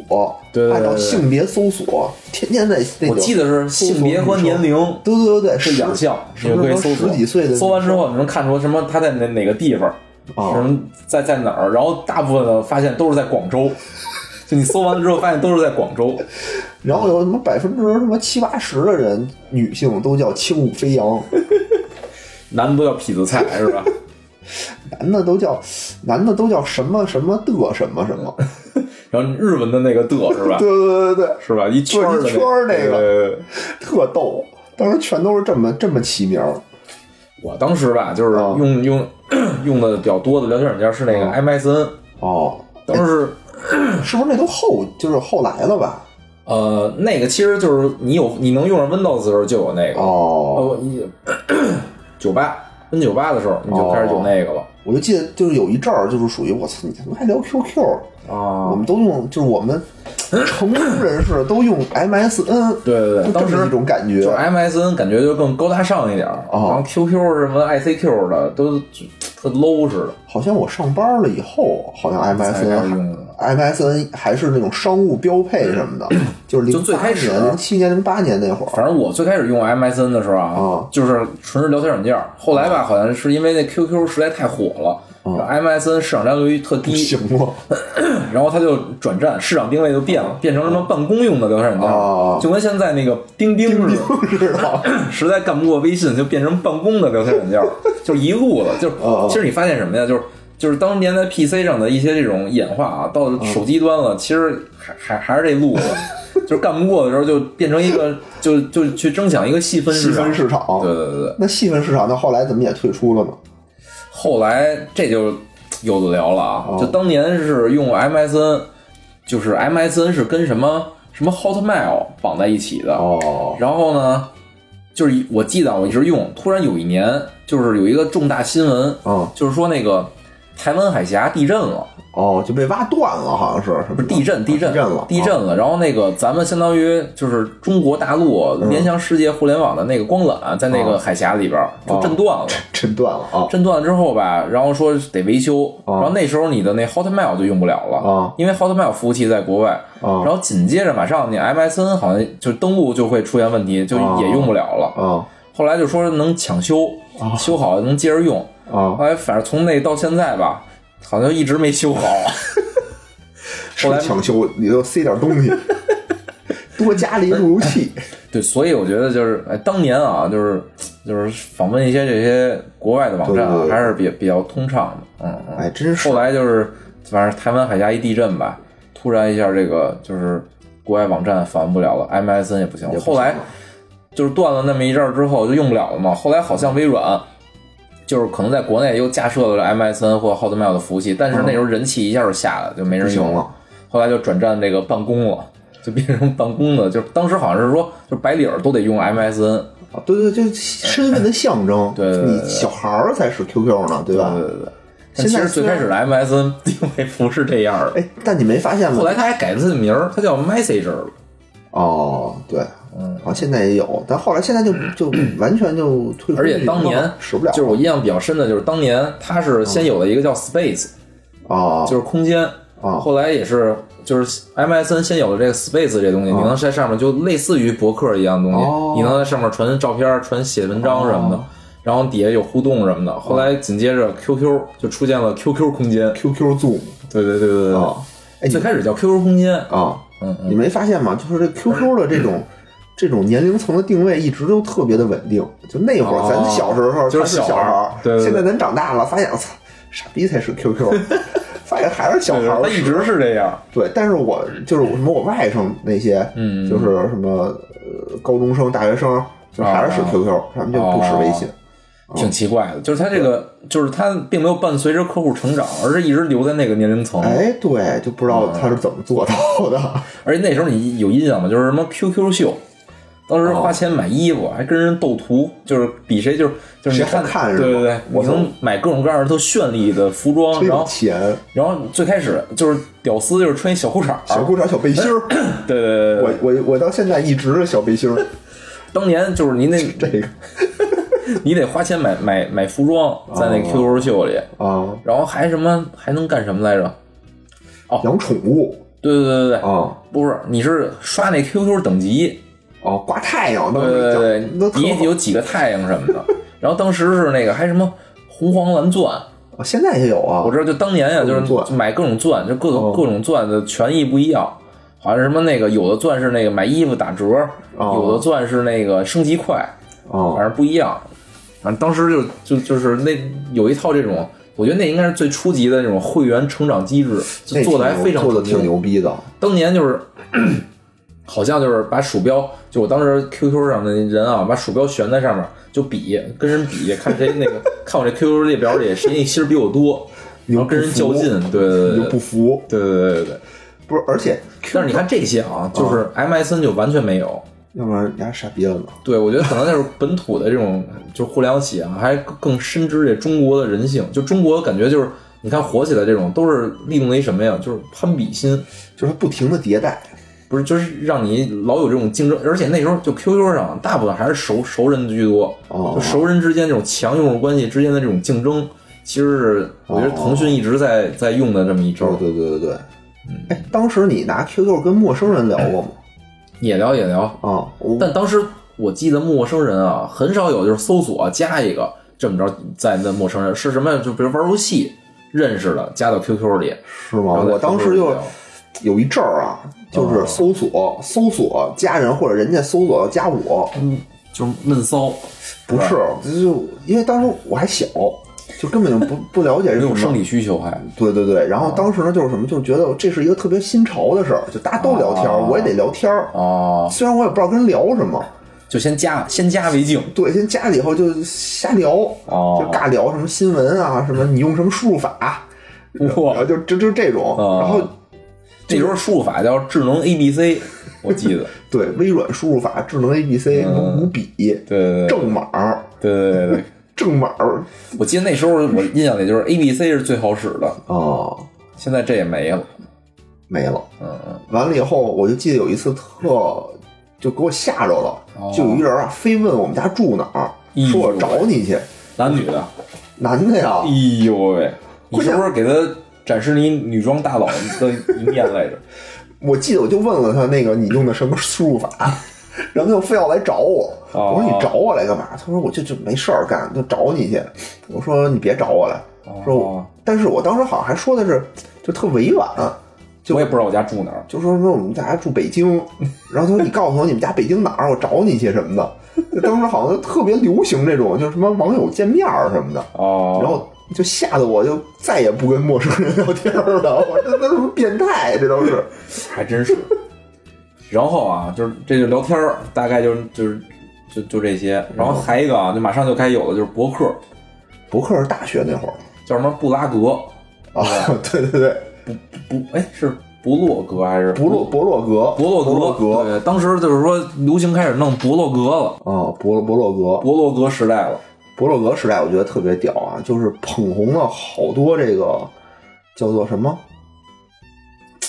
Speaker 2: 对对对对
Speaker 1: 按照性别搜索，天天在那个
Speaker 2: 我记得是性别和年龄
Speaker 1: 对对对对
Speaker 2: 是两项，
Speaker 1: 十
Speaker 2: 你可以
Speaker 1: 十
Speaker 2: 搜索
Speaker 1: 十几岁的
Speaker 2: 搜完之后你能看出什么他在哪哪个地方，
Speaker 1: 哦
Speaker 2: 什么在在哪儿，然后大部分的发现都是在广州，就你搜完了之后发现都是在广州，
Speaker 1: 然后有什么百分之什么七八十的人女性都叫轻舞飞 扬，
Speaker 2: 男的都叫痞子菜是吧？
Speaker 1: 男的都叫男的都叫什么什么的什 么什么，
Speaker 2: 然后日文的那个的是吧
Speaker 1: 对？对对对对，
Speaker 2: 是吧？一圈儿的
Speaker 1: 对一圈儿那个
Speaker 2: 个。对
Speaker 1: 特逗。当时全都是这么这么起名儿，
Speaker 2: 我当时吧，就是
Speaker 1: 啊
Speaker 2: 用用 用的比较多的聊天软件是那个 MSN，
Speaker 1: 哦，
Speaker 2: 当时
Speaker 1: 是不是那都后就是后来了吧？
Speaker 2: 呃，那个其实就是你有你能用上 Windows 的时候就有那个，
Speaker 1: 哦，
Speaker 2: 哦，一 九八 N 九八的时候你就开始有那个了
Speaker 1: 我就记得就是有一阵儿就是属于我操，你他妈还聊 QQ，我
Speaker 2: 啊。
Speaker 1: 们都用就是我们成功人士都用 MSN，
Speaker 2: 对对对，
Speaker 1: 嗯就这
Speaker 2: 当
Speaker 1: 么
Speaker 2: 时
Speaker 1: 一种感觉哦
Speaker 2: 就是 MSN 感觉就更高大上一点儿，然后 QQ 什么 ICQ 的都就特 low 似的。
Speaker 1: 好像我上班了以后，好像
Speaker 2: 才开始用
Speaker 1: MSN 还 MSN 还是那种商务标配什么 的，就是零
Speaker 2: 就最开始
Speaker 1: 年、零七年、零八年那会儿
Speaker 2: 反正我最开始用 MSN 的时候啊
Speaker 1: 啊，
Speaker 2: 就是纯是聊天软件儿。后来
Speaker 1: 哦
Speaker 2: 吧，好像是因为那 QQ 实在太火了。然后 MSN 市场占有率特
Speaker 1: 不
Speaker 2: 低，
Speaker 1: 行了
Speaker 2: 然后它就转战市场定位就变了，变成什么办公用的聊天软件儿，
Speaker 1: 哦
Speaker 2: 就跟现在那个钉钉似的。
Speaker 1: 知道？
Speaker 2: 实在干不过微信，就变成办公的聊天软 件了，就是一路了。就是
Speaker 1: 嗯嗯
Speaker 2: 其实你发现什么呀？就是就是当年在 PC 上的一些这种演化啊，到
Speaker 1: 嗯
Speaker 2: 手机端了，其实还还还是这路子， 就是干不过的时候就变成一个就就去争抢一个细分
Speaker 1: 细
Speaker 2: 市场。
Speaker 1: 分市场，
Speaker 2: 对对对对，
Speaker 1: 那细分市场，那后来怎么也退出了呢？
Speaker 2: 后来这就有的聊了啊，
Speaker 1: 哦
Speaker 2: 就当年是用 MSN，就是 MSN 是跟什么什么 Hotmail 绑在一起的，
Speaker 1: 哦，
Speaker 2: 然后呢，就是一我记得啊我一直用，突然有一年就是有一个重大新闻，
Speaker 1: 嗯
Speaker 2: 就是说那个台湾海峡地震了，
Speaker 1: 哦，就被挖断了，好像是什么
Speaker 2: 不是地震，
Speaker 1: 地
Speaker 2: 地震，
Speaker 1: 了，
Speaker 2: 地
Speaker 1: 啊
Speaker 2: 震了。然后那个咱们相当于就是中国大陆联想世界互联网的那个光缆，在那个海峡里边儿就震断了。
Speaker 1: 震断了啊！
Speaker 2: 震断了之后吧，然后说得维修，然后那时候你的那 Hotmail 就用不了了，
Speaker 1: 啊
Speaker 2: 因为 Hotmail 服务器在国外。
Speaker 1: 啊
Speaker 2: 然后紧接着马上你 MSN 好像就登录就会出现问题，就
Speaker 1: 啊
Speaker 2: 也用不了了。
Speaker 1: 啊
Speaker 2: 后来就说能抢修，修好能接着用。
Speaker 1: 啊！
Speaker 2: 后来反正从那到现在吧，好像一直没 修好。
Speaker 1: 是抢修里头塞点东 西，多加了一路由器。
Speaker 2: 对，所以我觉得就是，哎，当年啊，就是就是访问一些这些国外的网站啊
Speaker 1: 对对，对
Speaker 2: 还是比比较通畅的，嗯嗯。
Speaker 1: 哎，真是
Speaker 2: 后来就是，反正台湾海峡一地震吧，突然一下这个就是国外网站访问不了了，MSN 也不行。
Speaker 1: 也不行
Speaker 2: 后来
Speaker 1: 了
Speaker 2: 就是断了那么一阵儿之后就用不了了嘛。后来好像微软就是可能在国内又架设了 MSN 或 Hotmail 的服务器，但是那时候人气一下就下来，就没
Speaker 1: 嗯不
Speaker 2: 人
Speaker 1: 行
Speaker 2: 用
Speaker 1: 了。
Speaker 2: 后来就转战这个办公了，就变成办公的，就是当时好像是说，就白领儿都得用 MSN，
Speaker 1: 啊！对对，就身份的象征。
Speaker 2: 对对对对
Speaker 1: 你小孩儿才是 QQ 呢，对吧？
Speaker 2: 对对对。
Speaker 1: 现
Speaker 2: 但其
Speaker 1: 在
Speaker 2: 实最开始的 MSN 定位不是这样儿的，
Speaker 1: 哎，但你没发现吗
Speaker 2: 后？来他还改了他的名儿，他叫 Messenger 了。
Speaker 1: 哦，对，嗯，啊，现在也有，但后来现在就就完全就退出
Speaker 2: 嗯而
Speaker 1: 这
Speaker 2: 且
Speaker 1: 个
Speaker 2: 当
Speaker 1: 了，
Speaker 2: 年
Speaker 1: 使不了嗯
Speaker 2: 就是我印象比较深的就是当年他是先有了一个叫 Space，
Speaker 1: 啊，
Speaker 2: 就是空间，
Speaker 1: 啊
Speaker 2: 后来也是就是 MSN 先有了这个 Space 这东西，你能在上面就类似于博客一样的东
Speaker 1: 啊哦
Speaker 2: 西，你能在上面传照片、传写文章什么的
Speaker 1: 哦，
Speaker 2: 然后底下有互动什么的。后来紧接着 QQ 就出现了 QQ 空间，
Speaker 1: QQ Zoom
Speaker 2: 对对对对对
Speaker 1: 啊，哎，
Speaker 2: 对，
Speaker 1: 你
Speaker 2: 最开始叫 QQ 空间，
Speaker 1: 啊，
Speaker 2: 嗯
Speaker 1: 你没发现吗？就是这 QQ 的这 种这种年龄层的定位一直都特别的稳定。就那会儿
Speaker 2: 哦
Speaker 1: 咱小时候
Speaker 2: 就是
Speaker 1: 还是小
Speaker 2: 小孩儿
Speaker 1: 孩
Speaker 2: 对对对
Speaker 1: 现在咱长大了，发现操，傻逼才是 QQ，发现还是小孩儿
Speaker 2: 它。一直是这样，
Speaker 1: 对，但是我就是我什么我外甥那些，
Speaker 2: 嗯
Speaker 1: 就是什么呃高中生、大学生，就还是使
Speaker 2: 啊
Speaker 1: QQ，他们就不使微信。哦
Speaker 2: 挺奇怪的。就是它这个，就是它并没有伴随着客户成长，而是一直留在那个年龄层。
Speaker 1: 哎，对，就不知道
Speaker 2: 嗯
Speaker 1: 他是怎么做到 的。
Speaker 2: 而且那时候你有印象吗？就是什么 QQ 秀，当
Speaker 1: 哦
Speaker 2: 时花钱买衣服，还跟人斗图，就是比谁就是就是你
Speaker 1: 谁好看是吗
Speaker 2: 对对对，
Speaker 1: 我
Speaker 2: 你
Speaker 1: 操
Speaker 2: 能买各种各样的特绚丽的服装，
Speaker 1: 真
Speaker 2: 然
Speaker 1: 有
Speaker 2: 后啊
Speaker 1: 钱，
Speaker 2: 然后最开始就是屌丝就是穿一小裤衩儿，
Speaker 1: 小裤衩、小背心儿，
Speaker 2: 对对对对
Speaker 1: 我我我到现在一直是小背心儿，
Speaker 2: 当年就是你那
Speaker 1: 这个
Speaker 2: 你得花钱买买买服装，
Speaker 1: 哦
Speaker 2: 在那 QQ 秀里，
Speaker 1: 啊，
Speaker 2: 然后还什么还能干什么来着？
Speaker 1: 啊养宠物
Speaker 2: 对对对对对，
Speaker 1: 啊，
Speaker 2: 不是你是刷那 QQ 等级，
Speaker 1: 哦，挂太阳，那
Speaker 2: 对对
Speaker 1: 那
Speaker 2: 对，
Speaker 1: 特好
Speaker 2: 你有几个太阳什么的。然后当时是那个还什么红黄蓝钻，
Speaker 1: 哦现在也有啊，
Speaker 2: 我知道就当年呀、
Speaker 1: 各种
Speaker 2: 就
Speaker 1: 钻
Speaker 2: 是买各种钻，就各种
Speaker 1: 哦
Speaker 2: 各种钻的权益不一样。好像什么那个有的钻是那个买衣服打折，
Speaker 1: 哦
Speaker 2: 有的钻是那个升级快，
Speaker 1: 啊
Speaker 2: 反正不一样。反正当时就就就是那有一套这种，我觉得那应该是最初级的那种会员成长机制，就
Speaker 1: 那
Speaker 2: 做的还
Speaker 1: 挺牛
Speaker 2: 非常
Speaker 1: 做的
Speaker 2: 成功
Speaker 1: 挺牛逼的，
Speaker 2: 当年就是 好像就是把鼠标，就我当时 QQ 上的人啊，把鼠标悬在上面就比，跟人比，看谁那个看我这 QQ 列表里谁那心儿比我多，
Speaker 1: 你又
Speaker 2: 然后跟人
Speaker 1: 不服
Speaker 2: 较劲，对对对
Speaker 1: 你就
Speaker 2: 对
Speaker 1: 不服，
Speaker 2: 对对对对。
Speaker 1: 不是，而且
Speaker 2: 但是你看这些啊，就是 MSN 就完全没有。
Speaker 1: 要不然你还傻逼了呢，
Speaker 2: 对，我觉得可能就是本土的这种，就是互联网企业啊，还更深知这中国的人性。就中国感觉就是，你看火起来这种，都是利用的一什么呀？就是攀比心。
Speaker 1: 就是不停的迭代，
Speaker 2: 不是，就是让你老有这种竞争，而且那时候就 QQ 上大部分还是熟熟人居多，
Speaker 1: 哦
Speaker 2: 就熟人之间这种强用户关系之间的这种竞争，其实是我觉得腾讯一直在、在用的这么一招
Speaker 1: 对，对对对对，哎，当时你拿 QQ 跟陌生人聊过吗？
Speaker 2: 也聊也聊。
Speaker 1: 啊，我
Speaker 2: 嗯但当时我记得陌生人啊，很少有就是搜索加一个这么着在那陌生人是什么呀？就比如玩游戏认识的，加到 QQ 里，
Speaker 1: 是吗？
Speaker 2: 然后在
Speaker 1: 我当时
Speaker 2: QQ 里
Speaker 1: 就
Speaker 2: 聊
Speaker 1: 有一阵儿啊，
Speaker 2: 嗯
Speaker 1: 就是搜索、搜索家人或者人家搜索加我，
Speaker 2: 就是闷骚，
Speaker 1: 不是，就是因为当时我还小，就根本就 不不了解这
Speaker 2: 没有
Speaker 1: 种
Speaker 2: 生
Speaker 1: 理。
Speaker 2: 理嗯需求还。
Speaker 1: 对对对，然后当时呢，就是什么，就是觉得这是一个特别新潮的事儿，就大家都聊天儿，
Speaker 2: 啊
Speaker 1: 我也得聊天儿。
Speaker 2: 哦，
Speaker 1: 虽然我也不知道跟人聊什么，
Speaker 2: 就先加，先加为敬。
Speaker 1: 对，先加了以后就瞎聊，
Speaker 2: 哦
Speaker 1: 就尬聊什么新闻啊，什么你用什么输入法，啊然
Speaker 2: 哇
Speaker 1: 后就就就这种，
Speaker 2: 啊
Speaker 1: 然后
Speaker 2: 这时候输入法叫智能 A B C，我 记得，
Speaker 1: 对，微软输入法、智能 ABC、五五笔、
Speaker 2: 嗯对对对对
Speaker 1: 正码、
Speaker 2: 对对对，
Speaker 1: 正码
Speaker 2: 我记得那时候我印象里就是 A B C 是最好使的，
Speaker 1: 哦，
Speaker 2: 现在这也没了。
Speaker 1: 没了。
Speaker 2: 嗯嗯，
Speaker 1: 完了以后，我就记得有一次特就给我吓着
Speaker 2: 哦
Speaker 1: 了，就有一人啊，非问我们家住哪儿，
Speaker 2: 哎
Speaker 1: 说
Speaker 2: 呦
Speaker 1: 我找你去，
Speaker 2: 男女的，
Speaker 1: 男的呀
Speaker 2: 哎，呦喂，你
Speaker 1: 关
Speaker 2: 是
Speaker 1: 键
Speaker 2: 不是给他展示你女装大佬的一面来着？
Speaker 1: 我记得我就问了他那个你用的什么输入法， 然后他就非要来找我。
Speaker 2: 哦
Speaker 1: 我说你找我来干嘛？他说我就就没事儿干，就找你去。我说你别找我来， 说
Speaker 2: 哦
Speaker 1: 我，但是我当时好像还说的是就特委婉，啊就
Speaker 2: 我也不知道我家住哪儿。
Speaker 1: 就说说我们家住北 京，然后他说你告诉我你们家北京哪儿，我找你去什么 的。就当时好像特别流行这种，就是什么网友见面儿什么的。
Speaker 2: 哦，
Speaker 1: 然后就吓得我就再也不跟陌生人聊天儿 了，我说这都是变态，这都是。
Speaker 2: 还真是。然后啊，就是这就聊天儿，大概就是就是就就这些。然
Speaker 1: 嗯
Speaker 2: 后还一个啊，就马上就该有的就是博客，
Speaker 1: 博客是大学那会儿
Speaker 2: 叫什么布拉格，
Speaker 1: 啊，
Speaker 2: 哦
Speaker 1: 对对对，
Speaker 2: 不哎是博洛格还是
Speaker 1: 博洛博洛格，
Speaker 2: 博洛
Speaker 1: 博洛格
Speaker 2: 对，当时就是说流行开始弄博洛格了，
Speaker 1: 啊，博洛博洛格，
Speaker 2: 博洛格时代了。
Speaker 1: 博洛格时代我觉得特别屌啊，就是捧红了好多这个叫做什么，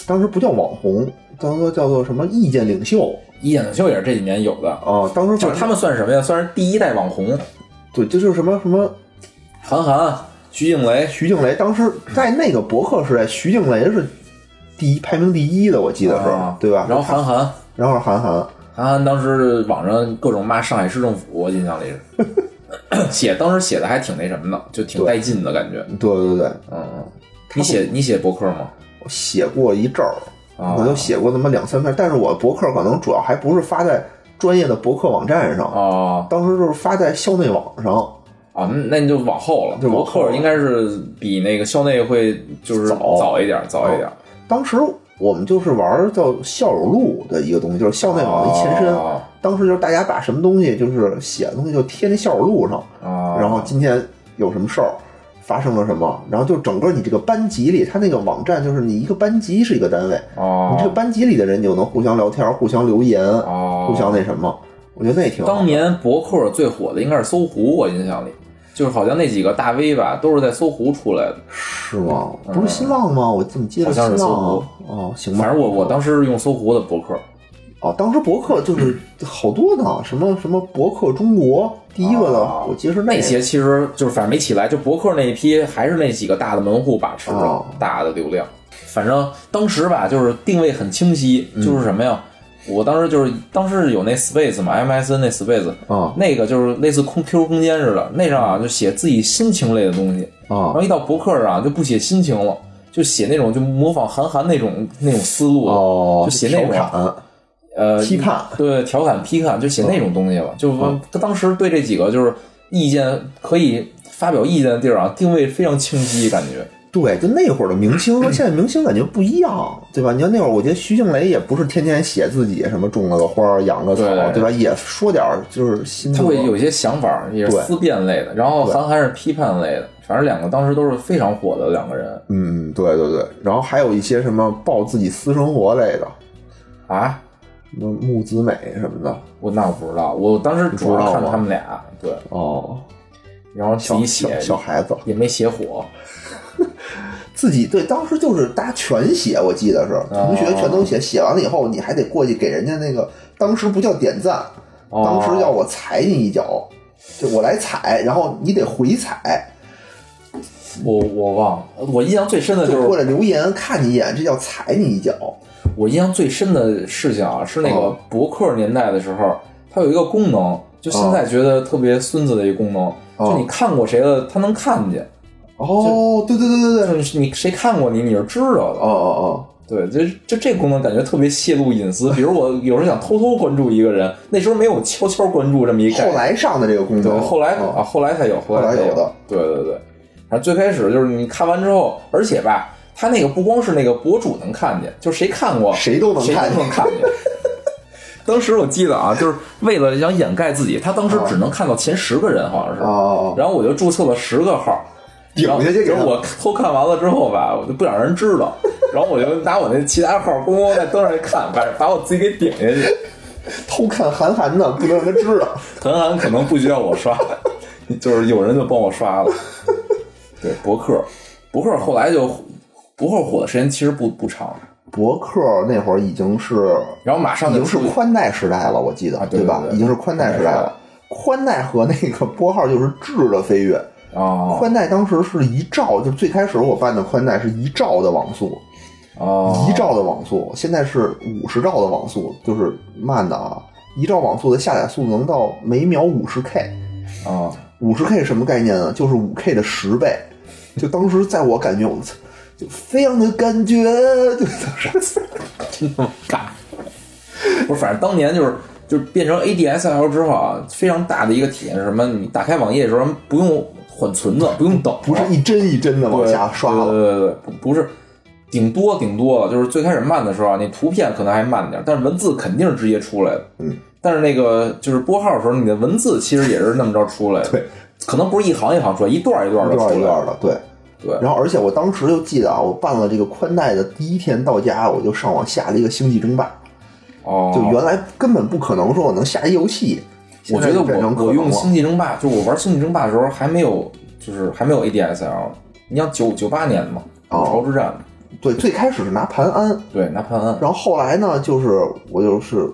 Speaker 1: 当时不叫网红，当时叫做什么意见领袖
Speaker 2: 一眼秀也是这几年有的，
Speaker 1: 啊，当时
Speaker 2: 就是他
Speaker 1: 们
Speaker 2: 们算什么呀？算是第一代网红，
Speaker 1: 对，这就是什么什么
Speaker 2: 韩寒、徐静蕾，
Speaker 1: 徐静蕾，当时在那个博客时代，徐静蕾是第一排名第一的，我记得是，
Speaker 2: 啊
Speaker 1: 对吧？
Speaker 2: 然后韩寒，
Speaker 1: 然后是韩寒，
Speaker 2: 韩寒当时网上各种骂上海市政府，我印 象里是写当时写的还挺那什么的，就挺带劲的感觉。
Speaker 1: 对对对，
Speaker 2: 嗯，嗯，你写你写博客吗？
Speaker 1: 我写过一阵儿，
Speaker 2: 啊
Speaker 1: 我就写过那么两三篇，但是我博客可能主要还不是发在专业的博客网站上，
Speaker 2: 哦
Speaker 1: 当时就是发在校内网上。
Speaker 2: 啊，那那你就往后了。
Speaker 1: 就
Speaker 2: 博
Speaker 1: 往后了
Speaker 2: 客应该是比那个校内会就是
Speaker 1: 早
Speaker 2: 早一点，早一点。
Speaker 1: 当时我们就是玩叫校友录的一个东西，就是校内网的一前身。
Speaker 2: 哦
Speaker 1: 当时就是大家把什么东西就是写的东西就贴那校友录上，
Speaker 2: 啊，
Speaker 1: 然后今天有什么事儿。发生了什么？然后就整个你这个班级里，他那个网站就是你一个班级是一个单位，你这个
Speaker 2: 哦
Speaker 1: 班级里的人你就能互相聊天、互相留言、
Speaker 2: 哦，
Speaker 1: 互相那什么，我觉得那也挺好。
Speaker 2: 当年博客最火的应该是搜狐，我印象里，就是好像那几个大 V 吧，都是在搜狐出来的。
Speaker 1: 是吗？不是新浪吗？我怎么记得
Speaker 2: 好像是
Speaker 1: 新浪
Speaker 2: 搜
Speaker 1: 啊？哦，行
Speaker 2: 反
Speaker 1: 吧。
Speaker 2: 正我我当时是用搜狐的博客，
Speaker 1: 哦，当时博客就是好多呢，什么什么博客中国第一个
Speaker 2: 啊
Speaker 1: 的，我记得是
Speaker 2: 那
Speaker 1: 个
Speaker 2: 些其实就是反正没起来，就博客那一批还是那几个大的门户把持着
Speaker 1: 哦
Speaker 2: 大的流量。反正当时吧，就是定位很清晰，
Speaker 1: 嗯
Speaker 2: 就是什么呀？我当时就是当时有那 Space 嘛，MSN 那 Space，
Speaker 1: 啊
Speaker 2: 那个就是类似空 QQ 空间似的，那上啊就写自己心情类的东西，然
Speaker 1: 啊
Speaker 2: 后一到博客上啊就不写心情了，就写那种就模仿韩寒那种那种思路了，
Speaker 1: 哦，
Speaker 2: 就写那种
Speaker 1: 调侃
Speaker 2: 呃
Speaker 1: 批判
Speaker 2: 对调侃批判就写那种东西了，就说他当时对这几个就是意见可以发表意见的地儿啊，定位非常清晰，感觉
Speaker 1: 对，就那会儿的明星和现在明星感觉不一样，对吧？你看那会儿，我觉得徐静蕾也不是天天写自己什么种了个花儿、养个草
Speaker 2: 对对，
Speaker 1: 对吧？也说点儿就是心
Speaker 2: 他
Speaker 1: 得。
Speaker 2: 会有一些想法，也是
Speaker 1: 对
Speaker 2: 思辨类的，然后韩寒是批判类的，反正两个当时都是非常火的两个人
Speaker 1: 嗯，对对对。然后还有一些什么报自己私生活类的，
Speaker 2: 啊。
Speaker 1: 什么木子美什么的。
Speaker 2: 我那我不知道，我当时主
Speaker 1: 你不
Speaker 2: 要
Speaker 1: 知道
Speaker 2: 看
Speaker 1: 吗
Speaker 2: 他们俩，对，
Speaker 1: 哦，
Speaker 2: 然后自
Speaker 1: 小
Speaker 2: 己
Speaker 1: 小
Speaker 2: 写
Speaker 1: 小孩子
Speaker 2: 也没写火，
Speaker 1: 自己对，当时就是大家全写，我记得是同学全都写，写完了以后你还得过去给人家那个，当时不叫点赞，
Speaker 2: 哦
Speaker 1: 当时叫我踩你一脚，就我来踩，然后你得回踩，
Speaker 2: 我我忘了，我印象最深的就
Speaker 1: 就是过来留言看你一眼，这叫踩你一脚。
Speaker 2: 我印象最深的事情啊，是那个
Speaker 1: 哦
Speaker 2: 博客年代的时候，它有一个功能，就现在觉得特别孙子的一个功能，
Speaker 1: 哦
Speaker 2: 就你看过谁的，它能看见，
Speaker 1: 哦，对对对对对，
Speaker 2: 就是你谁看过你，你是知道的。
Speaker 1: 哦哦
Speaker 2: 对，就就这功能感觉特别泄露隐私。比如我有时候想偷偷关注一个人，那时候没有悄悄关注这么一
Speaker 1: 哦，
Speaker 2: 概
Speaker 1: 后
Speaker 2: 念。
Speaker 1: 来上的这个功
Speaker 2: 对，
Speaker 1: 能，
Speaker 2: 后来、
Speaker 1: 哦
Speaker 2: 啊，后来才有，后来才
Speaker 1: 后来有的。
Speaker 2: 对对对，反正最开始就是你看完之后，而且吧，他那个不光是那个博主能看见，就是谁看过，
Speaker 1: 谁都能
Speaker 2: 谁
Speaker 1: 看见
Speaker 2: 能看见。 当时我记得啊，就是为了想
Speaker 1: 啊
Speaker 2: 掩盖自己，他当时只能看到前十个人，好像是。
Speaker 1: 哦哦哦
Speaker 2: 然后我就注册了十个号，
Speaker 1: 顶
Speaker 2: 然后
Speaker 1: 下去给
Speaker 2: 然
Speaker 1: 他
Speaker 2: 后我偷看完了之后吧，我就不想让人知道，然后我就拿我那其他号咣咣在灯上一看，把把我自己给顶下去。
Speaker 1: 偷看韩寒呢，不能让他知道。
Speaker 2: 韩寒可能不需要我刷，就是有人就帮我刷了。对，博客，博客后来就博客火的时间其实不不长，
Speaker 1: 博客那会儿已经是
Speaker 2: 然后马上
Speaker 1: 已
Speaker 2: 就
Speaker 1: 经是
Speaker 2: 出
Speaker 1: 宽带时代了，我记得、
Speaker 2: 对对
Speaker 1: 吧？
Speaker 2: 对
Speaker 1: 已经是宽带时代了。宽带和那个拨号就是质的飞跃。
Speaker 2: 哦
Speaker 1: 宽带当时是一兆，就最开始我办的宽带是一兆的网速，
Speaker 2: 哦，
Speaker 1: 一兆的网速，现在是五十兆的网速，就是慢的啊。一兆网速的下载速度能到每秒五十 K，
Speaker 2: 啊，
Speaker 1: 五十 K 是什么概念呢？就是五 K 的十倍。就当时在我感觉，我操，就非常的感觉，就当时。
Speaker 2: 真他妈尬。不是，反正当年就是就是变成 ADSL 之后啊，非常大的一个体验是什么？你打开网页的时候不用缓存的，不用等，
Speaker 1: 不是一帧一帧的往下刷
Speaker 2: 对
Speaker 1: 了，
Speaker 2: 对对对，不不是，顶多顶多就是最开始慢的时候啊，那图片可能还慢点，但是文字肯定是直接出来的。
Speaker 1: 嗯，
Speaker 2: 但是那个就是拨号的时候，你的文字其实也是那么着出来的。
Speaker 1: 对，
Speaker 2: 可能不是一行一行出来，一段一段
Speaker 1: 一
Speaker 2: 的出来。
Speaker 1: 段一段的，对。
Speaker 2: 对
Speaker 1: 然后，而且我当时就记得啊，我办了这个宽带的第一天到家，我就上网下了一个《星际争霸》，
Speaker 2: 哦，
Speaker 1: 就原来根本不可能说我能下一游戏，
Speaker 2: 我觉
Speaker 1: 现
Speaker 2: 得
Speaker 1: 在就变成可
Speaker 2: 我
Speaker 1: 能
Speaker 2: 我用
Speaker 1: 了
Speaker 2: 星际争霸，就是我玩星际争霸的时候还没有，就是还没有 ADSL。你像九九八年的嘛，五
Speaker 1: 哦
Speaker 2: 朝之战，
Speaker 1: 对，最开始是拿盘安，
Speaker 2: 对，拿潘安。
Speaker 1: 然后后来呢，就是我就是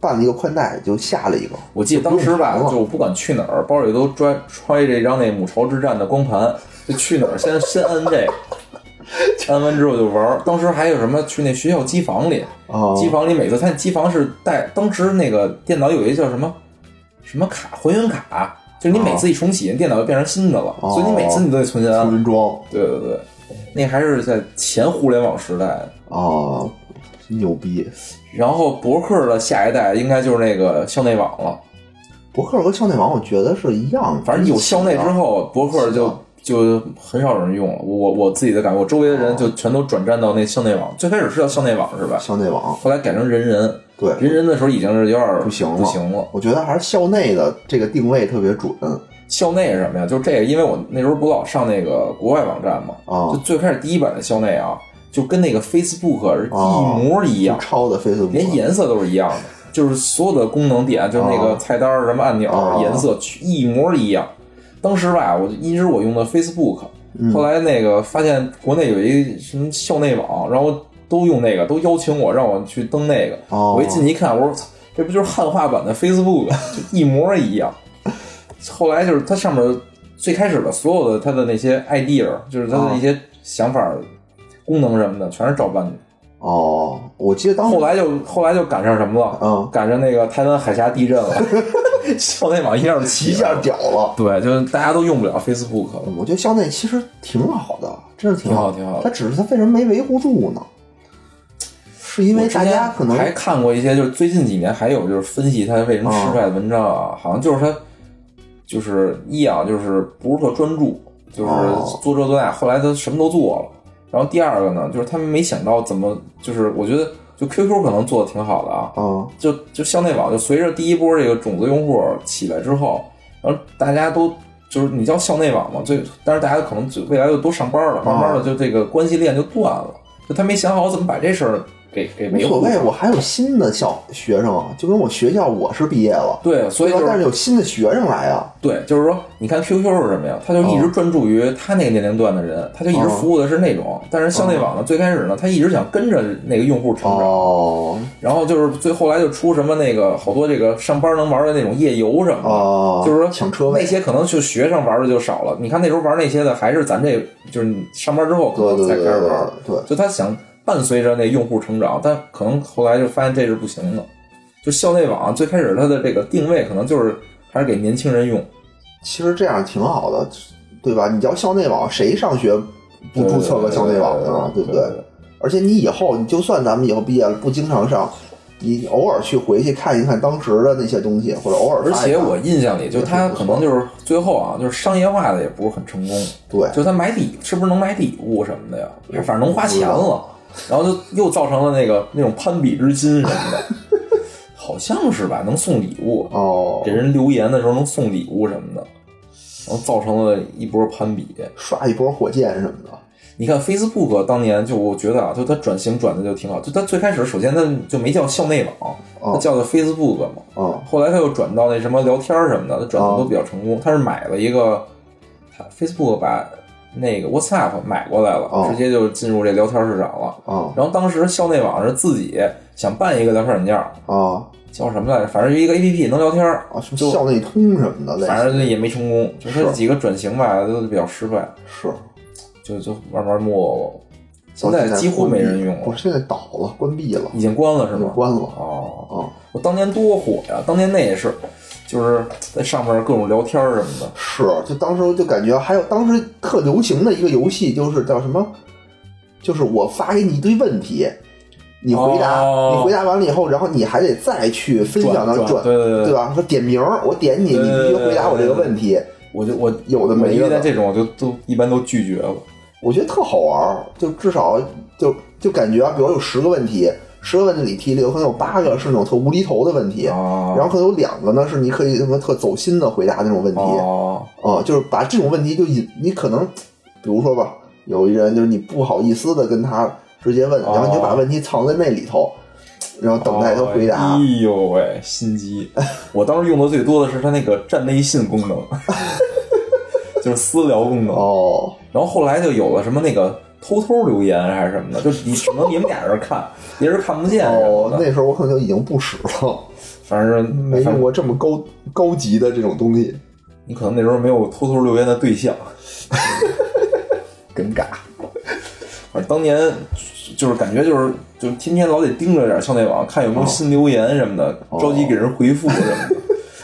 Speaker 1: 办了一个宽带，就下了一个，
Speaker 2: 我记得当时吧，
Speaker 1: 就不用盘了
Speaker 2: 就我不管去哪儿，包里都揣揣着一张那母巢之战的光盘，就去哪儿先先摁这 个，摁完之后就玩儿。当时还有什么去那学校机房里，
Speaker 1: 哦
Speaker 2: 机房里每次它机房是带，当时那个电脑有一个叫什么什么卡还原卡，就是你每次一重启，电脑就变成新的了，
Speaker 1: 哦
Speaker 2: 所以你每次你都得存
Speaker 1: 重
Speaker 2: 钱。啊
Speaker 1: 新装
Speaker 2: 对对对，那还是在前互联网时代。
Speaker 1: 啊，牛逼！
Speaker 2: 然后博客的下一代应该就是那个校内网了。
Speaker 1: 博客和校内网我觉得是一样的，
Speaker 2: 反正有校内之后，博客
Speaker 1: 是
Speaker 2: 就
Speaker 1: 的
Speaker 2: 就很少有人用了。我我自己的感觉，我周围的人
Speaker 1: 哦
Speaker 2: 就全都转战到那校内网。最开始是叫校内网是吧？
Speaker 1: 校内网
Speaker 2: 后来改成人人。
Speaker 1: 对
Speaker 2: 人人的时候已经是有点儿
Speaker 1: 不行了
Speaker 2: 不行了。
Speaker 1: 我觉得还是校内的这个定位特别准。
Speaker 2: 校内是什么呀？就是这个，因为我那时候不老上那个国外网站嘛，
Speaker 1: 啊
Speaker 2: 就最开始第一版的校内啊，就跟那个 Facebook 是
Speaker 1: 哦
Speaker 2: 一模一样，
Speaker 1: 抄的 Facebook，
Speaker 2: 连颜色都是一样的，就是所有的功能点，就是那个
Speaker 1: 哦
Speaker 2: 菜单儿、什么按钮、
Speaker 1: 哦
Speaker 2: 颜色去一模一样。当时吧，我就一直我用的 Facebook，后
Speaker 1: 嗯
Speaker 2: 来那个发现国内有一什么校内网，然后都用那个，都邀请我让我去登那个。
Speaker 1: 哦
Speaker 2: 我一进去一看，我说操，这不就是汉化版的 Facebook，就 一模一样。后来就是它上面最开始的所有的它的那些 idea，就是它
Speaker 1: 哦
Speaker 2: 的一些想法、功能什么的，全是照搬的。
Speaker 1: 哦，我记得当时
Speaker 2: 后来就后来就赶上什么了？
Speaker 1: 嗯
Speaker 2: 赶上那个台湾海峡地震 了，校内网一下就
Speaker 1: 一
Speaker 2: 起
Speaker 1: 下
Speaker 2: 了。
Speaker 1: 屌了。
Speaker 2: 对，就是大家都用不了 Facebook 了。
Speaker 1: 我觉得校内其实挺好的，真是挺好，
Speaker 2: 挺好挺好
Speaker 1: 他只是他为什么没维护住呢？是因
Speaker 2: 我
Speaker 1: 为
Speaker 2: 之
Speaker 1: 大
Speaker 2: 前
Speaker 1: 家可能
Speaker 2: 还看过一些，就是最近几年还有就是分析它为什么
Speaker 1: 嗯
Speaker 2: 失败的文章啊，好像就是它就是一啊，就是不是特专注，就是
Speaker 1: 哦
Speaker 2: 做这做那，后来他什么都做了。然后第二个呢，就是他们没想到怎么，就是我觉得就 QQ 可能做的挺好的啊，
Speaker 1: 啊
Speaker 2: 就就校内网就随着第一波这个种子用户起来之后，然后大家都就是你叫校内网嘛，最但是大家可能就未来就都上班了，慢慢
Speaker 1: 啊
Speaker 2: 的就这个关系链就断了，就他没想好怎么把这事儿给给
Speaker 1: 无
Speaker 2: 维
Speaker 1: 所
Speaker 2: 护
Speaker 1: 谓。
Speaker 2: 上。
Speaker 1: 我还有新的校学生啊，就跟我学校我是毕业了，
Speaker 2: 对，所以
Speaker 1: 对吧
Speaker 2: 就
Speaker 1: 但是
Speaker 2: 是
Speaker 1: 有新的学生来啊，
Speaker 2: 对，就是说，你看 QQ 是什么呀？他就一直专注于他那个年龄段的人，他就一直
Speaker 1: 嗯
Speaker 2: 服务的是那种。但是校
Speaker 1: 啊
Speaker 2: 内网呢，最开始呢，他一直想跟着那个用户成长，
Speaker 1: 哦
Speaker 2: 然后就是最后来就出什么那个好多这个上班能玩的那种夜游什么的，
Speaker 1: 哦，
Speaker 2: 就是说
Speaker 1: 抢车位
Speaker 2: 那些可能就学生玩的就少了。你看那时候玩那些的，还是咱这就是你上班之后
Speaker 1: 对
Speaker 2: 可能
Speaker 1: 对
Speaker 2: 才
Speaker 1: 对
Speaker 2: 开
Speaker 1: 对
Speaker 2: 始玩。
Speaker 1: 对对，
Speaker 2: 就他想伴随着那用户成长，但可能后来就发现这是不行的。就校内网最开始它的这个定位可能就是还是给年轻人用，
Speaker 1: 其实这样挺好的，对吧？你叫校内网，谁上学不注册个校内网呢？
Speaker 2: 对
Speaker 1: 不对？而且你以后，你就算咱们以后毕业了，不经常上，你偶尔去回去看一看当时的那些东西，或者偶尔
Speaker 2: 而
Speaker 1: 发一
Speaker 2: 且
Speaker 1: 看
Speaker 2: 我印象里，就他可能就是最后啊，就是商业化的也不是很成功。
Speaker 1: 对
Speaker 2: 就他买礼是不是能买礼物什么的呀？反正能花钱了，然后就又造成了那个那种攀比之心什么的，好像是吧？能送礼物，
Speaker 1: 哦
Speaker 2: 给，人留言的时候能送礼物什么的。然后造成了一波攀比。
Speaker 1: 刷一波火箭什么的。
Speaker 2: 你看 Facebook 当年就我觉得啊，就它转型转的就挺好，就它最开始首先它就没叫校内网，它叫的 Facebook 嘛，
Speaker 1: 嗯，
Speaker 2: 后来它又转到那什么聊天儿什么的，它转的都比较成功。它是买了一个它 Facebook 把那个 WhatsApp 买过来了
Speaker 1: 哦，
Speaker 2: 直接就进入这聊天市场了。
Speaker 1: 啊
Speaker 2: 然后当时校内网是自己想办一个聊天软件儿，
Speaker 1: 啊
Speaker 2: 叫什么来着？反正是一个 APP 能聊天儿，
Speaker 1: 啊！什么校内通什么的，类似
Speaker 2: 反正也没成功，就是它
Speaker 1: 是
Speaker 2: 几个转型吧都比较失败，
Speaker 1: 是。
Speaker 2: 就就慢慢没落了。现在几乎没人用
Speaker 1: 我
Speaker 2: 了，
Speaker 1: 现在倒了，关闭了，
Speaker 2: 已经关了是
Speaker 1: 哦已经
Speaker 2: 吗？
Speaker 1: 关了
Speaker 2: 哦，
Speaker 1: 啊。
Speaker 2: 我当年多火呀！当年那也是，就是在上面各种聊天儿什么的。
Speaker 1: 是，就当时我就感觉还有当时特流行的一个游戏，就是叫什么，就是我发给你一堆问题，你回答，
Speaker 2: 哦
Speaker 1: 你回答完了以后，然后你还得再去分享到
Speaker 2: 转
Speaker 1: 转，
Speaker 2: 对对对
Speaker 1: 对吧？说点名儿，我点你，你
Speaker 2: 对
Speaker 1: 必
Speaker 2: 对
Speaker 1: 须
Speaker 2: 对
Speaker 1: 回答我这个问题。
Speaker 2: 我就我
Speaker 1: 有的没
Speaker 2: 我
Speaker 1: 的
Speaker 2: 一遇见这种我就都一般都拒绝了。
Speaker 1: 我觉得特好玩儿，就至少就就感觉啊，比如有十个问题，十个问题里题里有可能有八个是那种特无厘头的问题，
Speaker 2: 啊
Speaker 1: 然后可能有两个呢是你可以什么特走心的回答那种问题，
Speaker 2: 哦，
Speaker 1: 啊，就是把这种问题就引你可能，比如说吧，有一人就是你不好意思的跟他直接问，
Speaker 2: 哦
Speaker 1: 然后你就把问题藏在那里头，然后等待他回答。
Speaker 2: 哎呦喂，心机！我当时用的最多的是它那个站内信功能，就是私聊功能。
Speaker 1: 哦，
Speaker 2: 然后后来就有了什么那个偷偷留言还是什么的，就是你只能你们俩 人看，别人看不见什么
Speaker 1: 哦，
Speaker 2: 的。
Speaker 1: 那时候我可能就已经不使了，
Speaker 2: 反正
Speaker 1: 没用
Speaker 2: 反正
Speaker 1: 过这么高高级的这种东西，
Speaker 2: 你可能那时候没有偷偷留言的对象。
Speaker 1: 尴尬。
Speaker 2: 反正当年就是感觉就是就是天天老得盯着点儿校内网，看有没有新留言什么的，着急给人回复什么的，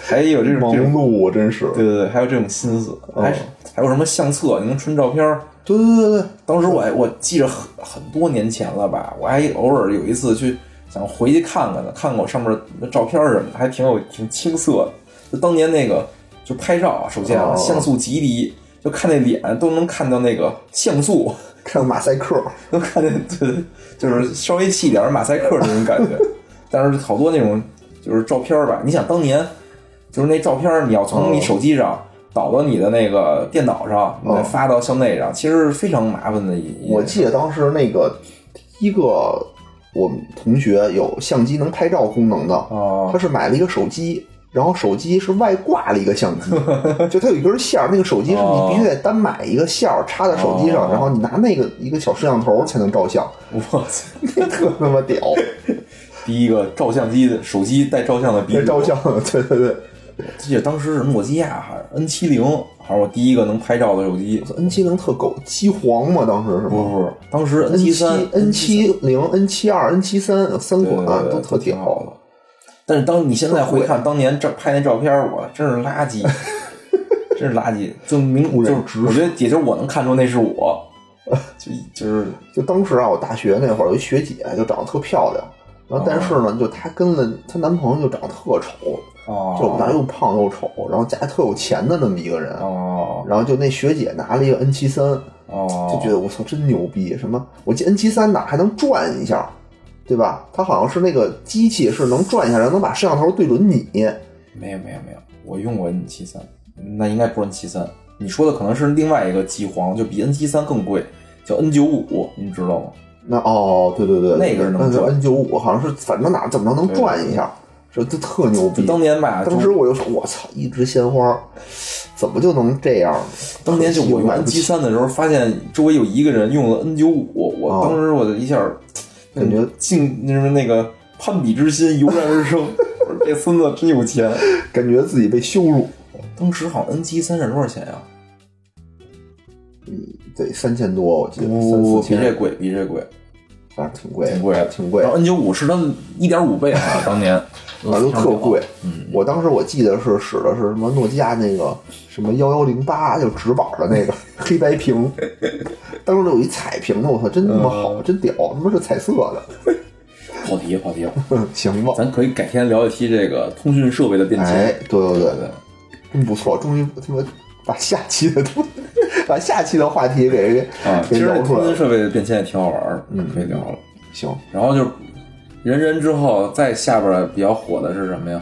Speaker 2: 还有这种
Speaker 1: 忙
Speaker 2: 这种
Speaker 1: 碌，真是。
Speaker 2: 对对对，还有这种心思，还是还有什么相册，你能存照片儿。
Speaker 1: 对对对对，
Speaker 2: 当时我还我记着很很多年前了吧，我还偶尔有一次去想回去看看呢，看看我上面的照片儿什么的，还挺有挺青涩的。就当年那个就拍照啊，首先啊、
Speaker 1: 哦
Speaker 2: 像素极低，就看那脸都能看到那个像素。
Speaker 1: 看马赛克，
Speaker 2: 能看见，对，对就是稍微细一点儿马赛克那种感 觉。但是好多那种就是照片儿吧，你想当年就是那照片儿，你要从你手机上导到你的那个电脑上，嗯你再哦发到校内上，其实是非常麻烦的一。一
Speaker 1: 我记得当时那个第一个我们同学有相机能拍照功能的，
Speaker 2: 哦
Speaker 1: 他是买了一个手机，然后手机是外挂了一个相机，就它有一根线儿，那个手机是
Speaker 2: 哦
Speaker 1: 你必须得单买一个线儿插在手机上，
Speaker 2: 哦
Speaker 1: 然后你拿那个一个小摄像头才能照相，
Speaker 2: 我操，
Speaker 1: 特他妈 屌！
Speaker 2: 第一个照相机的手机带照相的鼻
Speaker 1: 这
Speaker 2: 祖，
Speaker 1: 照相，对对对
Speaker 2: 记得当时是诺基亚还是 N 七零，还是我第一个能拍照的手机。
Speaker 1: ，N 七零特狗，机皇嘛，当时是
Speaker 2: 不
Speaker 1: 吗
Speaker 2: 是不是，当时
Speaker 1: ？N
Speaker 2: N 七三、
Speaker 1: N 七零、N 七二、N 七三三
Speaker 2: 对
Speaker 1: 款
Speaker 2: 对对
Speaker 1: 啊都特
Speaker 2: 挺
Speaker 1: 屌。
Speaker 2: 好的。但是当你现在回看当年照拍那照片儿，我真是 垃圾，真是垃圾，就明
Speaker 1: 不
Speaker 2: 就
Speaker 1: 忍
Speaker 2: 是
Speaker 1: 直
Speaker 2: 我觉得也就是我能看出那 是我，就就是
Speaker 1: 就当时啊，我大学那会儿有一学姐就长得特漂亮，然后
Speaker 2: 哦
Speaker 1: 但是呢，就她跟了她男朋友就长得特丑，就我们
Speaker 2: 哦
Speaker 1: 家又胖又丑，然后家特有钱的那么一个人。
Speaker 2: 哦
Speaker 1: 然后就那学姐拿了一个 N 七三，就
Speaker 2: 哦，
Speaker 1: 觉得我操真牛逼！什么，我记 N 七三哪还能转一下，对吧？它好像是那个机器是能转一下，然后能把摄像头对准你。
Speaker 2: 没有没有没有，我用过 N 七三，那应该不是 N 七三，你说的可能是另外一个机皇，就比 N 七三更贵，叫 N 九五，你知道吗？
Speaker 1: 那哦，对对对，
Speaker 2: 那个是能
Speaker 1: 那是
Speaker 2: 转
Speaker 1: N 九五，好像是反正哪怎么着能转一下，这这特牛
Speaker 2: 就
Speaker 1: 逼。
Speaker 2: 当年吧，
Speaker 1: 当时
Speaker 2: 就
Speaker 1: 我就说，我操，一枝鲜花，怎么就能这样？
Speaker 2: 当年就我用
Speaker 1: 买
Speaker 2: N
Speaker 1: 不
Speaker 2: 七
Speaker 1: 起，
Speaker 2: 三的时候，发现周围有一个人用了 N 九五，我当时我的一下儿
Speaker 1: 哦感觉
Speaker 2: 竟那什么那个攀比之心油然而生， 我说这孙子真有钱。
Speaker 1: 感觉自己被羞辱，
Speaker 2: 当时好像 N 七三是多少钱呀、
Speaker 1: 得三千多，我记得三
Speaker 2: 不
Speaker 1: 四
Speaker 2: 哦比这
Speaker 1: 千，
Speaker 2: 贵，比这贵，
Speaker 1: 反正挺贵，
Speaker 2: 挺贵，
Speaker 1: 挺贵，
Speaker 2: 然。后 N 九五是它一点五倍好像当年
Speaker 1: 啊，都特贵。
Speaker 2: 嗯
Speaker 1: 我当时我记得是使的是什么诺基亚那个什么幺幺零八，就直板的那 个黑白屏。当时有一彩屏的，我操，真他妈
Speaker 2: 嗯
Speaker 1: 好，真屌！他妈是彩色的，
Speaker 2: 跑题跑题了，
Speaker 1: 行吧？
Speaker 2: 咱可以改天聊一期这个通讯设备的变迁。
Speaker 1: 哎，对对对
Speaker 2: 对，对，
Speaker 1: 真不错，终于他妈把下期的都 把下期的话题给
Speaker 2: 啊，其
Speaker 1: 给
Speaker 2: 实
Speaker 1: 聊出
Speaker 2: 通
Speaker 1: 来
Speaker 2: 讯
Speaker 1: 了。嗯
Speaker 2: 设备的变迁也挺好玩儿，可以聊了。
Speaker 1: 行，
Speaker 2: 然后就是人人之后，再下边儿比较火的是什么呀？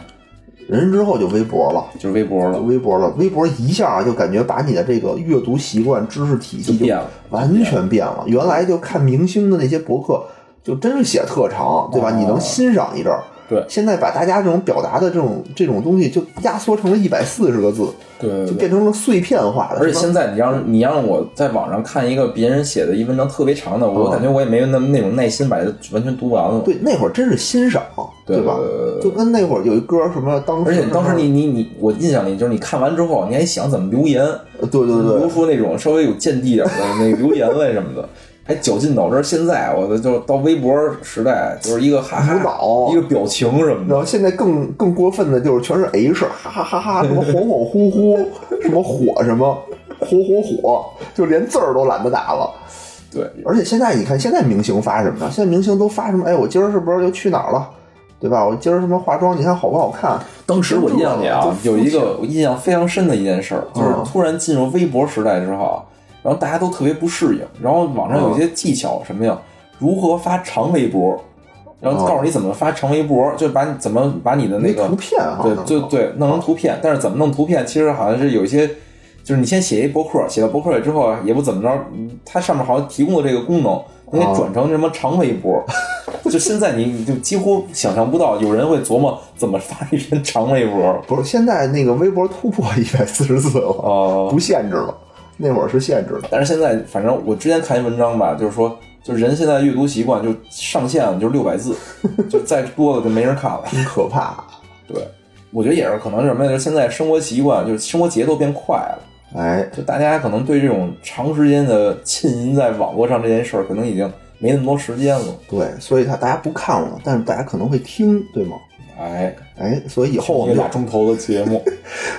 Speaker 1: 人之后就微博了。
Speaker 2: 就是微博了，
Speaker 1: 微博了，微博一下就感觉把你的这个阅读习惯、知识体系
Speaker 2: 就变了
Speaker 1: 完全变了。原来就看明星的那些博客，就真是写特长，对吧？你能欣赏一阵儿。
Speaker 2: 哦对
Speaker 1: 现在把大家这种表达的这种这种东西，就压缩成了一百四十个字，
Speaker 2: 对对
Speaker 1: 就
Speaker 2: 对。
Speaker 1: 变成了碎片化的。
Speaker 2: 而且
Speaker 1: 是吧
Speaker 2: 现在你让你让我在网上看一个别人写的一文章特别长的，我感觉我也没有那么那种耐心把它完全读完了。
Speaker 1: 啊对那会儿真是欣赏，
Speaker 2: 对
Speaker 1: 吧
Speaker 2: 对对对？
Speaker 1: 就跟那会儿有一歌什么，当时
Speaker 2: 而且当时你你你，我印象里就是你看完之后，你还想怎么留言，
Speaker 1: 呃对对
Speaker 2: 留
Speaker 1: 对，
Speaker 2: 出那种稍微有见地点的那个留言来什么的， 还绞尽脑汁。现在啊我的就到微博时代，就是一个哈
Speaker 1: 无脑
Speaker 2: 哈，一个表情什么的。
Speaker 1: 然后现在更更过分的就是全是 H，哈哈哈哈，什么恍恍惚惚，什么火什么火火火，就连字儿都懒得打了。
Speaker 2: 对，
Speaker 1: 而且现在你看，现在明星发什么呢？现在明星都发什么？哎，我今儿是不是又去哪儿了？对吧？我今儿什么化妆，你看好不好看？
Speaker 2: 当时我印象里
Speaker 1: 都
Speaker 2: 啊，
Speaker 1: 肤
Speaker 2: 有一
Speaker 1: 浅
Speaker 2: 个我印象非常深的一件事儿，就是突然进入微博时代之后，然后大家都特别不适应，然后网上有一些技巧，什么呀，如何发长微博，然后告诉你怎么发长微博，就把你怎么把你的那个
Speaker 1: 图片啊哈，
Speaker 2: 对，就对，哦弄成图片，但是怎么弄图片，其实好像是有一些，就是你先写一博客，写到博客里之后啊也不怎么着，嗯它上面好像提供的这个功能，能给
Speaker 1: 哦
Speaker 2: 转成什么长微 博，就现在你你就几乎想象不到有人会琢磨怎么发一篇长微博。
Speaker 1: 不是现在那个微博突破一百四十字了，
Speaker 2: 哦、
Speaker 1: 不限制了。那会儿是限制的，
Speaker 2: 但是现在反正我之前看一文章吧，就是说，就是人现在阅读习惯就上限就是六百字，就再多了就没人看了。
Speaker 1: 真可怕。
Speaker 2: 对，我觉得也是，可能是什么呀？就是现在生活习惯，就是生活节奏变快了。
Speaker 1: 哎，
Speaker 2: 就大家可能对这种长时间的浸淫在网络上这件事儿，可能已经没那么多时间了。
Speaker 1: 对，所以他大家不看了，但是大家可能会听，对吗？
Speaker 2: 哎，
Speaker 1: 哎，所以以后我
Speaker 2: 一
Speaker 1: 们
Speaker 2: 个
Speaker 1: 就
Speaker 2: 俩钟头的 节目，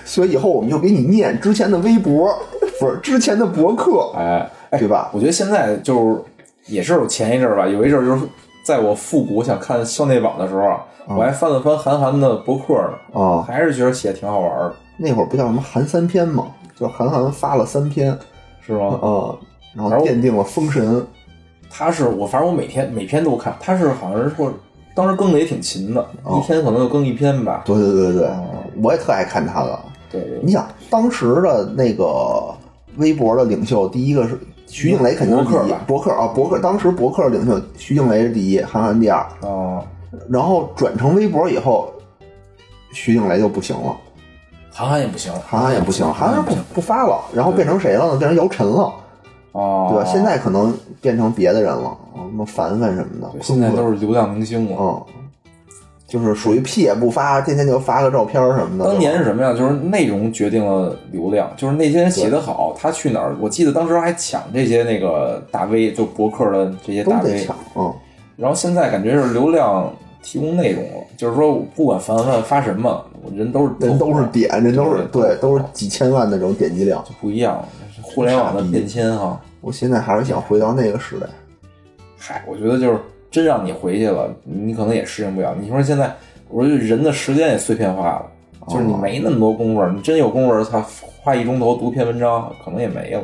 Speaker 1: 所以以后我们就给你念之前的微博， 不是之前的博客，
Speaker 2: 哎哎，
Speaker 1: 对吧？
Speaker 2: 我觉得现在就是也是前一阵儿吧，有一阵儿就是在我复古想看校内网的时候啊，
Speaker 1: 嗯
Speaker 2: 我还翻了翻韩寒的博客呢，
Speaker 1: 啊，
Speaker 2: 还是觉得写挺好玩儿的，
Speaker 1: 那会儿不叫什么韩三篇嘛，就是韩寒发了三篇
Speaker 2: 是吗？
Speaker 1: 啊，然后
Speaker 2: 而我
Speaker 1: 奠定了封神。
Speaker 2: 他是我，反正我每天每篇都看，他是好像是说当时更的也挺勤的，
Speaker 1: 嗯
Speaker 2: 一天可能就更一篇吧。
Speaker 1: 对对对对，我也特爱看他的。
Speaker 2: 对对
Speaker 1: 你想当时的那个微博的领袖，第一个是徐静蕾，肯定是第
Speaker 2: 博客
Speaker 1: 一
Speaker 2: 吧。
Speaker 1: 博客啊，博客当时博客领袖徐静蕾是第一，韩寒第二。
Speaker 2: 哦，
Speaker 1: 然后转成微博以后，徐静蕾就不行了。
Speaker 2: 韩寒也不行，
Speaker 1: 韩寒也不行，韩寒
Speaker 2: 不
Speaker 1: 不
Speaker 2: 行
Speaker 1: 不发了，然后变成谁了呢？变成姚晨了，
Speaker 2: 哦，
Speaker 1: 对吧？现在可能变成别的人了，啊什么凡凡什么的
Speaker 2: 对，现在都是流量明星了。
Speaker 1: 嗯，就是属于屁也不发，天天就发个照片什么的。
Speaker 2: 当年是什么呀？就是内容决定了流量，就是那些人写得好，他去哪儿？我记得当时还抢这些那个大 V，就博客的这些
Speaker 1: 都
Speaker 2: 大
Speaker 1: 得
Speaker 2: V
Speaker 1: 抢。，嗯，
Speaker 2: 然后现在感觉是流量提供内容了，就是说不管凡凡发什么，人都是
Speaker 1: 人都是点，人都是
Speaker 2: 对
Speaker 1: 对，都是几千万那种点击量。
Speaker 2: 不一样，互联网的变迁哈、
Speaker 1: 我现在还是想回到那个时代，
Speaker 2: 嗨，我觉得就是真让你回去了，你可能也适应不了。你说现在，我说人的时间也碎片化了，
Speaker 1: 哦
Speaker 2: 就是你没那么多功夫儿，你真有功夫儿，他花一钟头读篇文章，可能也没了，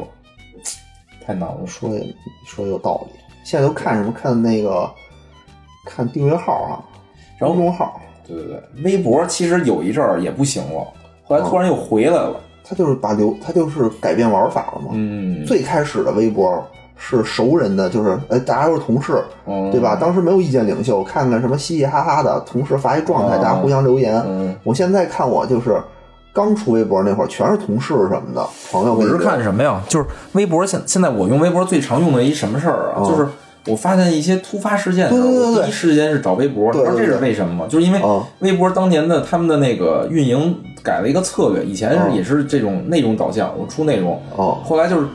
Speaker 2: 太难了。
Speaker 1: 说也说有道理。现在都看什么？看那个，看订阅号啊，
Speaker 2: 然后
Speaker 1: 公众号，
Speaker 2: 对对对，微博其实有一阵儿也不行了，后
Speaker 1: 哦
Speaker 2: 来突然又回来了。
Speaker 1: 它就是把流，它就是改变玩法了嘛。
Speaker 2: 嗯，
Speaker 1: 哦最开始的微博是熟人的，就是呃，大家都是同事，
Speaker 2: 嗯
Speaker 1: 对吧？？当时没有意见领袖，看看什么嘻嘻哈哈的，同事发一状态，
Speaker 2: 嗯
Speaker 1: 大家互相留言。
Speaker 2: 嗯
Speaker 1: 我现在看我就是刚出微博那会儿，全是同事什么的朋友
Speaker 2: 我
Speaker 1: 跟
Speaker 2: 是
Speaker 1: 你
Speaker 2: 看什么呀？就是微博现现在我用微博最常用的一什么事儿啊？就是我发现一些突发事件的时候，
Speaker 1: 嗯对对对对
Speaker 2: 我第一时间是找微博。你
Speaker 1: 对
Speaker 2: 知
Speaker 1: 对
Speaker 2: 道这是为什么吗？就是因为
Speaker 1: 嗯
Speaker 2: 微博当年的他们的那个运营改了一个策略，以前是
Speaker 1: 嗯
Speaker 2: 也是这种内容导向，我出内容，
Speaker 1: 哦
Speaker 2: 后来就是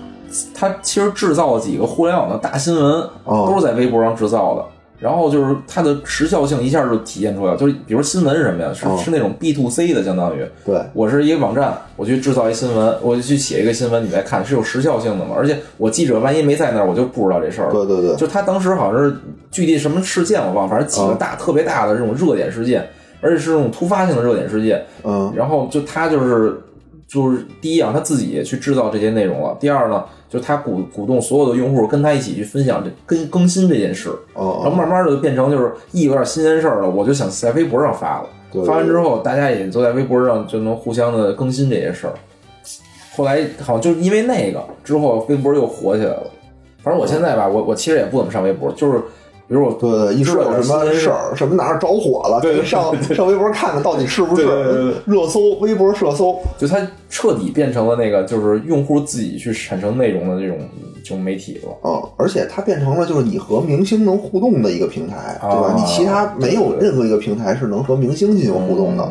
Speaker 2: 他其实制造了几个互联网的大新闻，
Speaker 1: 哦
Speaker 2: 都是在微博上制造的。然后就是它的时效性一下就体现出来了，就是比如新闻是什么呀，是、
Speaker 1: 哦
Speaker 2: 是那种 B to C 的，相当于，
Speaker 1: 对
Speaker 2: 我是一个网站，我去制造一新闻，我就去写一个新闻，你来看是有时效性的嘛？而且我记者万一没在那儿，我就不知道这事儿了。
Speaker 1: 对对对，
Speaker 2: 就他当时好像是具体什么事件我忘了，反正几个大、特别大的这种热点事件，而且是这种突发性的热点事件。
Speaker 1: 嗯
Speaker 2: 然后就他就是就是第一啊，他自己也去制造这些内容了；第二呢，就他鼓鼓动所有的用户跟他一起去分享这跟更新这件事。然后
Speaker 1: 哦
Speaker 2: 慢慢的就变成就是一有点新鲜事儿了，我就想在微博上发了。
Speaker 1: 对
Speaker 2: 发完之后，大家也都在微博上就能互相的更新这些事儿。后来好像就是因为那个之后，微博又火起来了。反正我现在吧，我我其实也不怎么上微博，就是比如我
Speaker 1: 对对，一说有什么事儿，什么哪儿着火了，对上上微博看看到底是不是
Speaker 2: 对对对对
Speaker 1: 热搜，微博热搜。
Speaker 2: 就它彻底变成了那个就是用户自己去产生内容的这种这种媒体了。
Speaker 1: 嗯，而且它变成了就是你和明星能互动的一个平台，对吧
Speaker 2: 啊？
Speaker 1: 你其他没有任何一个平台是能和明星进行互动
Speaker 2: 嗯
Speaker 1: 的，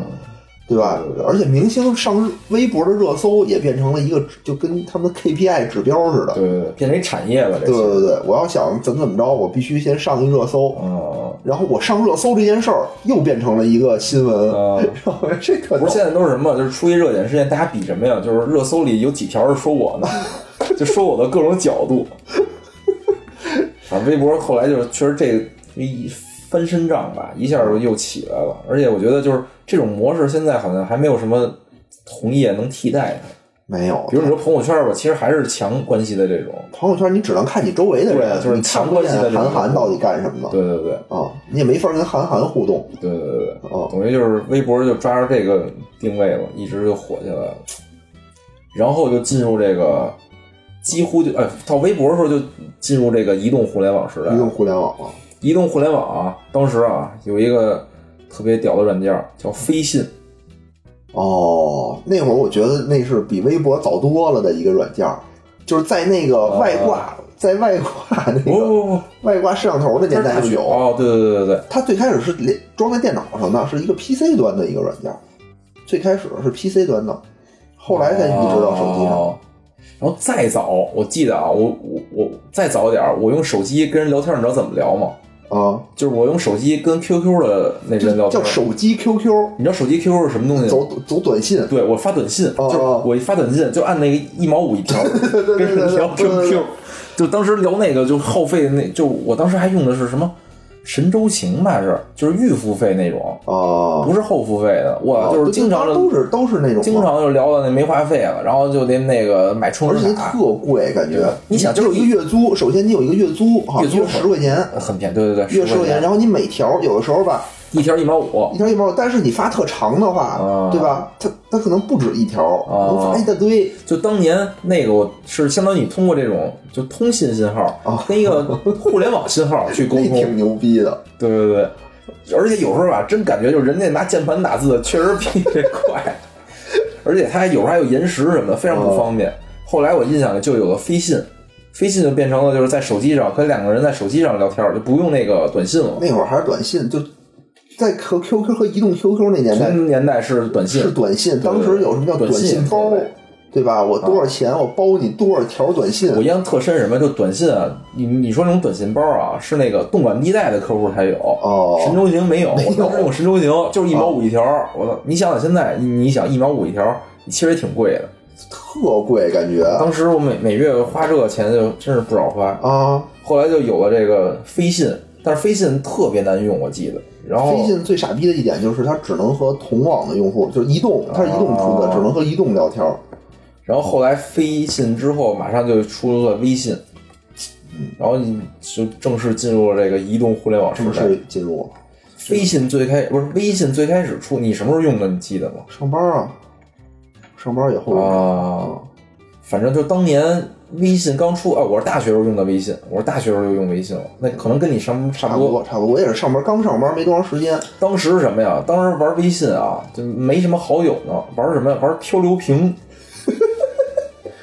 Speaker 1: 对吧？而且明星上微博的热搜也变成了一个就跟他们的 KPI 指标似的。
Speaker 2: 对对对，变成一产业了。这
Speaker 1: 对
Speaker 2: 些
Speaker 1: 对对，我要想怎么怎么着，我必须先上一热搜，
Speaker 2: 嗯，
Speaker 1: 然后我上热搜这件事儿又变成了一个新闻，
Speaker 2: 啊
Speaker 1: 然后 这可
Speaker 2: 不是现在都是什么？就是出一热点事件，大家比什么呀？就是热搜里有几条是说我呢，就说我的各种角度。反正微博后来就是确实这一翻身仗吧，一下就又起来了。而且我觉得就是这种模式现在好像还没有什么同业能替代它。
Speaker 1: 没有
Speaker 2: 比。如你说朋友圈吧，其实还是强关系的这种。
Speaker 1: 朋友圈你只能看你周围的人，
Speaker 2: 对啊就是
Speaker 1: 你看不
Speaker 2: 强关系的
Speaker 1: 见
Speaker 2: 人
Speaker 1: 韩寒到底干什么呢？
Speaker 2: 对对对。
Speaker 1: 啊，你也没法跟韩寒互动。
Speaker 2: 对对对对，
Speaker 1: 哦
Speaker 2: 等于就是微博就抓着这个定位了，一直就火起来了，然后就进入这个几乎就哎，到微博的时候就进入这个移动互联网时代
Speaker 1: 移。动互联网啊，
Speaker 2: 移动互联网啊，当时啊有一个特别屌的软件儿叫飞信，
Speaker 1: 哦，那会儿我觉得那是比微博早多了的一个软件儿，就是在那个
Speaker 2: 嗯
Speaker 1: 外挂，在外挂那
Speaker 2: 不
Speaker 1: 个
Speaker 2: 不不，
Speaker 1: 外挂摄像头的年代就有。
Speaker 2: 嗯哦，对对对对对，
Speaker 1: 它最开始是连装在电脑上的，是一个 PC 端的一个软件儿，最开始是 PC 端的，后来才移植到手机上。
Speaker 2: 哦然后再早，我记得啊，我我我再早点儿，我用手机跟人聊天儿，你知道怎么聊吗？
Speaker 1: 啊，
Speaker 2: 就是我用手机跟 QQ 的那人聊天
Speaker 1: 叫
Speaker 2: 儿，
Speaker 1: 手机 QQ，
Speaker 2: 你知道手机 QQ 是什么东西吗？
Speaker 1: 走走短信，
Speaker 2: 对我发短信，
Speaker 1: 哦
Speaker 2: 就是
Speaker 1: 哦
Speaker 2: 我一发短信就按那个一毛五一条，
Speaker 1: 对对
Speaker 2: 跟
Speaker 1: 对
Speaker 2: 人聊
Speaker 1: 对对
Speaker 2: QQ，就当时聊那个就耗费那，就我当时还用的是什么神州行吧是，就是预付费那种，
Speaker 1: 啊，
Speaker 2: 不是后付费的，
Speaker 1: 啊
Speaker 2: 我就是经常
Speaker 1: 对对它都是都是那种嘛，
Speaker 2: 经常就聊到那没话费了，然后就得那个买充
Speaker 1: 而且
Speaker 2: 值
Speaker 1: 特
Speaker 2: 卡，
Speaker 1: 贵，感觉
Speaker 2: 对你想
Speaker 1: 只有一个月租，首先你有一个月租，好像
Speaker 2: 月租
Speaker 1: 月十块钱，
Speaker 2: 很便宜，对对对，
Speaker 1: 月十
Speaker 2: 10
Speaker 1: 块钱，，然后你每条有的时候吧，
Speaker 2: 一条一毛五
Speaker 1: 一。条一毛，但是你发特长的话
Speaker 2: 嗯啊，
Speaker 1: 对吧？它它可能不止一条，
Speaker 2: 啊
Speaker 1: 能发一大堆。
Speaker 2: 就当年那个我是相当于通过这种就通信信号跟一个互联网信号去沟
Speaker 1: 那
Speaker 2: 通，
Speaker 1: 哦挺牛逼的，
Speaker 2: 对对对，而且有时候吧，真感觉就是人家拿键盘打字确实比这 快，而且它有时候还有延时什么的，非常不方便。后来我印象里就有个飞信，飞信就变成了就是在手机上跟两个人在手机上聊天，就不用那个短信了。
Speaker 1: 那会儿还是短信，就在和 QQ 和移动 QQ 那年代
Speaker 2: 那年代是短信
Speaker 1: 是，短信，当时有什么叫
Speaker 2: 短
Speaker 1: 短
Speaker 2: 信
Speaker 1: 信包
Speaker 2: 对，
Speaker 1: 对吧？我多少钱，我包你多少条短信
Speaker 2: 我印象特深是什么，就短信啊，你你说那种短信包啊，是那个动感地带的客户才有，
Speaker 1: 哦
Speaker 2: 神州行没有。
Speaker 1: 有
Speaker 2: 我当时用神州行就是一毛五一条，我操！你想想现在，你你想一毛五一条，其实也挺贵的。
Speaker 1: 特贵，感觉
Speaker 2: 当时我每每月花这个钱就真是不少花，
Speaker 1: 啊。
Speaker 2: 后来就有了这个飞信，但是飞信特别难用，我记得。然后
Speaker 1: 飞信最傻逼的一点就是它只能和同网的用户，就是移动，它是移动出的，
Speaker 2: 哦
Speaker 1: 只能和移动聊天儿。
Speaker 2: 然后后来飞信之后，马上就出了微信，然后你就正式进入了这个移动互联网时
Speaker 1: 正
Speaker 2: 代。
Speaker 1: 式进入
Speaker 2: 飞信最开不是微信最开始出，你什么时候用的？你记得吗？
Speaker 1: 上班啊，上班以后
Speaker 2: 啊，反正就当年微信刚出啊，我是大学时候用的微信，我是大学时候就用微信了，那可能跟你上差
Speaker 1: 差不
Speaker 2: 不多。
Speaker 1: 多差不多，我也是上班刚上班没多长时间，
Speaker 2: 当时是什么呀？当时玩微信啊，就没什么好友呢，玩什么呀？玩漂流瓶，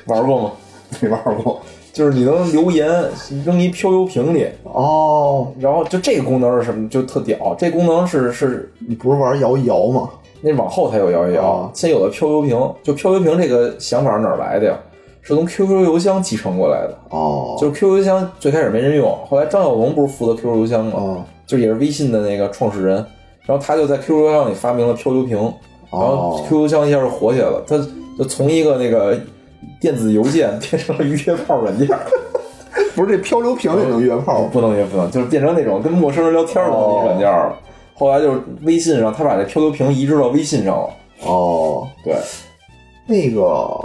Speaker 2: 玩过吗？
Speaker 1: 没玩过。
Speaker 2: 就是你能留言扔一漂流瓶里，
Speaker 1: 哦，
Speaker 2: 然后就这个功能是什么？就特屌，这功能是是
Speaker 1: 你不是玩摇一摇吗？
Speaker 2: 那往后才有摇一摇
Speaker 1: 哦，
Speaker 2: 先有了漂流瓶。就漂流瓶这个想法哪儿来的呀？是从 QQ 邮箱继承过来的。
Speaker 1: 哦，
Speaker 2: 就是 QQ 邮箱最开始没人用，后来张小龙不是负责 QQ 邮箱吗？
Speaker 1: 哦
Speaker 2: 就是也是微信的那个创始人，然后他就在 QQ 邮箱里发明了漂流瓶，然后
Speaker 1: 哦
Speaker 2: QQ 邮箱一下就火起来了，他就从一个那个电子邮件变成了约炮软件，
Speaker 1: 不是这漂流瓶也能哦约炮吗？
Speaker 2: 不能约不能，就是变成那种跟陌生人聊天的那种软件了。
Speaker 1: 哦
Speaker 2: 后来就是微信上，他把这漂流瓶移植到微信上了。
Speaker 1: 哦，
Speaker 2: 对，
Speaker 1: 那个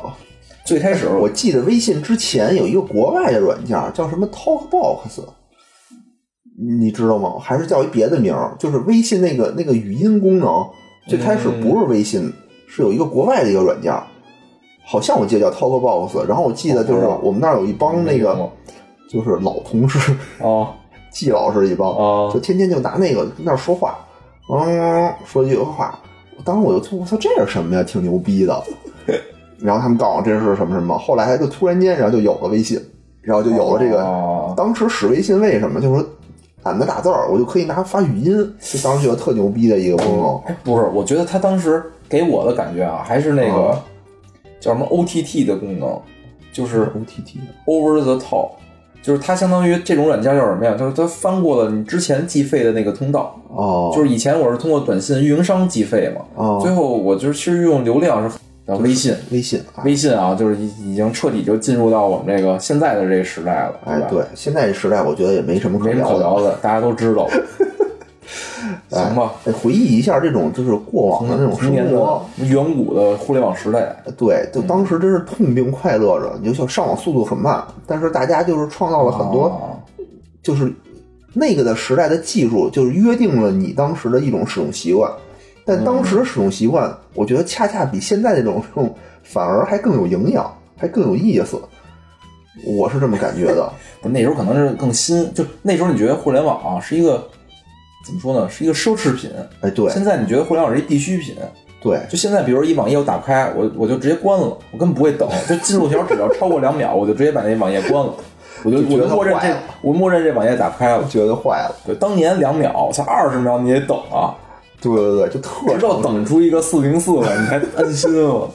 Speaker 2: 最开始
Speaker 1: 我记得微信之前有一个国外的软件儿叫什么 TalkBox，你知道吗？还是叫一别的名儿，就是微信那个那个语音功能，最开始不是微信，是有一个国外的一个软件，好像我记得叫 TalkBox。然后我记得就是
Speaker 2: 哦
Speaker 1: 我们那儿有一帮那个就是老同事，
Speaker 2: 哦，
Speaker 1: 季老师一帮，
Speaker 2: 哦
Speaker 1: 就天天就拿那个跟那儿说话，嗯，说一句话。当时我就我操，这是什么呀？挺牛逼 的。然后他们告诉我这是什么什么，后来就突然间，然后就有了微信，然后就有了这个。
Speaker 2: 哦
Speaker 1: 当时使微信为什么？就是说懒得打字儿，我就可以拿发语音，就当时觉得特牛逼的一个功能。
Speaker 2: 哎不是，我觉得他当时给我的感觉啊，还是那个、
Speaker 1: 啊
Speaker 2: 叫什么 OTT 的功能，就是
Speaker 1: 是 OTT 的
Speaker 2: over the top，就是它相当于这种软件叫什么呀？就是它翻过了你之前计费的那个通道，
Speaker 1: 哦，
Speaker 2: 就是以前我是通过短信运营商计费嘛，
Speaker 1: 哦
Speaker 2: 最后我就是其实用流量是呃微信。
Speaker 1: 微信啊。
Speaker 2: 微信啊，就是已已经彻底就进入到我们这个现在的这个时代了，
Speaker 1: 哎
Speaker 2: 吧，？
Speaker 1: 对，现在这时代我觉得也没什么可
Speaker 2: 没什
Speaker 1: 聊
Speaker 2: 么可
Speaker 1: 的。
Speaker 2: 聊的，大家都 知道。行吧，
Speaker 1: 哎，回忆一下这种就是过往的那种
Speaker 2: 童
Speaker 1: 生
Speaker 2: 年的
Speaker 1: 活，
Speaker 2: 远古的互联网时代，
Speaker 1: 对，就当时真是痛并快乐着。你就像上网速度很慢，但是大家就是创造了很多，
Speaker 2: 啊
Speaker 1: 就是那个的时代的技术，就是约定了你当时的一种使用习惯。但当时的使用习惯，我觉得恰恰比现在这种这种反而还更有营养，还更有意思。我是这么感觉 的。
Speaker 2: 不是那时候可能是更新，就那时候你觉得互联网、啊、是一个怎么说呢？是一个奢侈品。
Speaker 1: 哎，对
Speaker 2: 现在你觉得互联网是一必需品，
Speaker 1: 对，
Speaker 2: 就现在，比如一网页我打不开，我我就直接关了，我根本不会等，就进入条只要超过两秒，我就直接把那网页关了，我就
Speaker 1: 就觉
Speaker 2: 我
Speaker 1: 得
Speaker 2: 就默认
Speaker 1: 坏
Speaker 2: 这
Speaker 1: 了
Speaker 2: 我默认这网页打不开了。
Speaker 1: 觉得坏了。
Speaker 2: 对，当年两秒才二十秒，你得等啊，
Speaker 1: 对对对，就特
Speaker 2: 直到等出一个四零四了，你才安心了。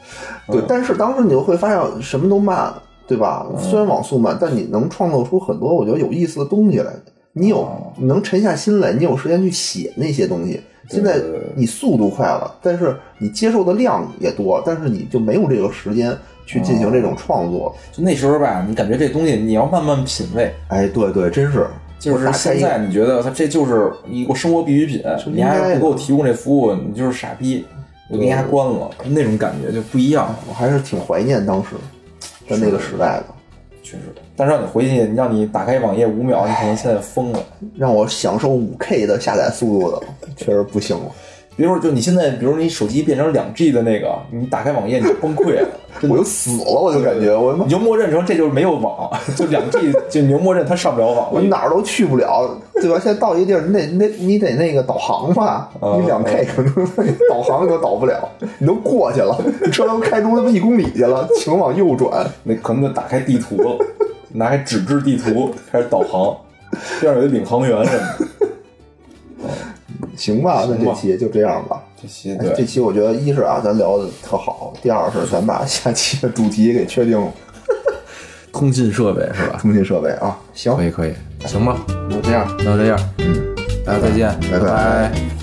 Speaker 1: 对，但是当时你就会发现什么都慢，对吧？虽然网速慢，但你能创造出很多我觉得有意思的东西来。你有，你能沉下心来，你有时间去写那些东西。现在你速度快了，但是你接受的量也多，但是你就没有这个时间去进行这种创作。
Speaker 2: 就那时候吧，你感觉这东西你要慢慢品味，
Speaker 1: 哎，对对，真是，
Speaker 2: 就是
Speaker 1: 打开
Speaker 2: 现
Speaker 1: 一个
Speaker 2: 在你觉得它这就是一个生活必需品，
Speaker 1: 应
Speaker 2: 你
Speaker 1: 该的
Speaker 2: 还不给我提供这服务，你就是傻逼，我给你还关了，那种感觉就不一样了，
Speaker 1: 我还是挺怀念当时在那个时代的。
Speaker 2: 确实。但是让你回去，你让你打开网页五秒，你可能现在疯了。
Speaker 1: 让我享受五 K 的下载速度的，确实不行了。
Speaker 2: 比如说，就你现在，比如你手机变成两 G 的那个，你打开网页你就崩溃了，真
Speaker 1: 我
Speaker 2: 的
Speaker 1: 就死了，我就感觉我他妈
Speaker 2: 你就默认成这就是没有网，就两 G 就你就默认它上不了网
Speaker 1: 我
Speaker 2: 了。
Speaker 1: 哪儿都去不了，对吧？现在到一地儿，你得你得你得那个导航吧，
Speaker 2: 啊
Speaker 1: 你两 K 可能 导航都导不了，你都过去了，你车都开出他妈一公里去了，请往右转。
Speaker 2: 那可能就打开地图了，拿开纸质地图开始导航，这样有一领航员什么的。
Speaker 1: 行吧，那
Speaker 2: 行吧
Speaker 1: 这期就这样吧。
Speaker 2: 这些
Speaker 1: 哎这
Speaker 2: 对，
Speaker 1: 期我觉得一是啊，咱聊的特好；第二是咱把下期的主题给确定了，
Speaker 2: 通信设备是吧？
Speaker 1: 通信设备啊。行，
Speaker 2: 可以可以，行吧，
Speaker 1: 就这样。
Speaker 2: 那就这样，嗯，大家再见，
Speaker 1: 拜拜
Speaker 2: 拜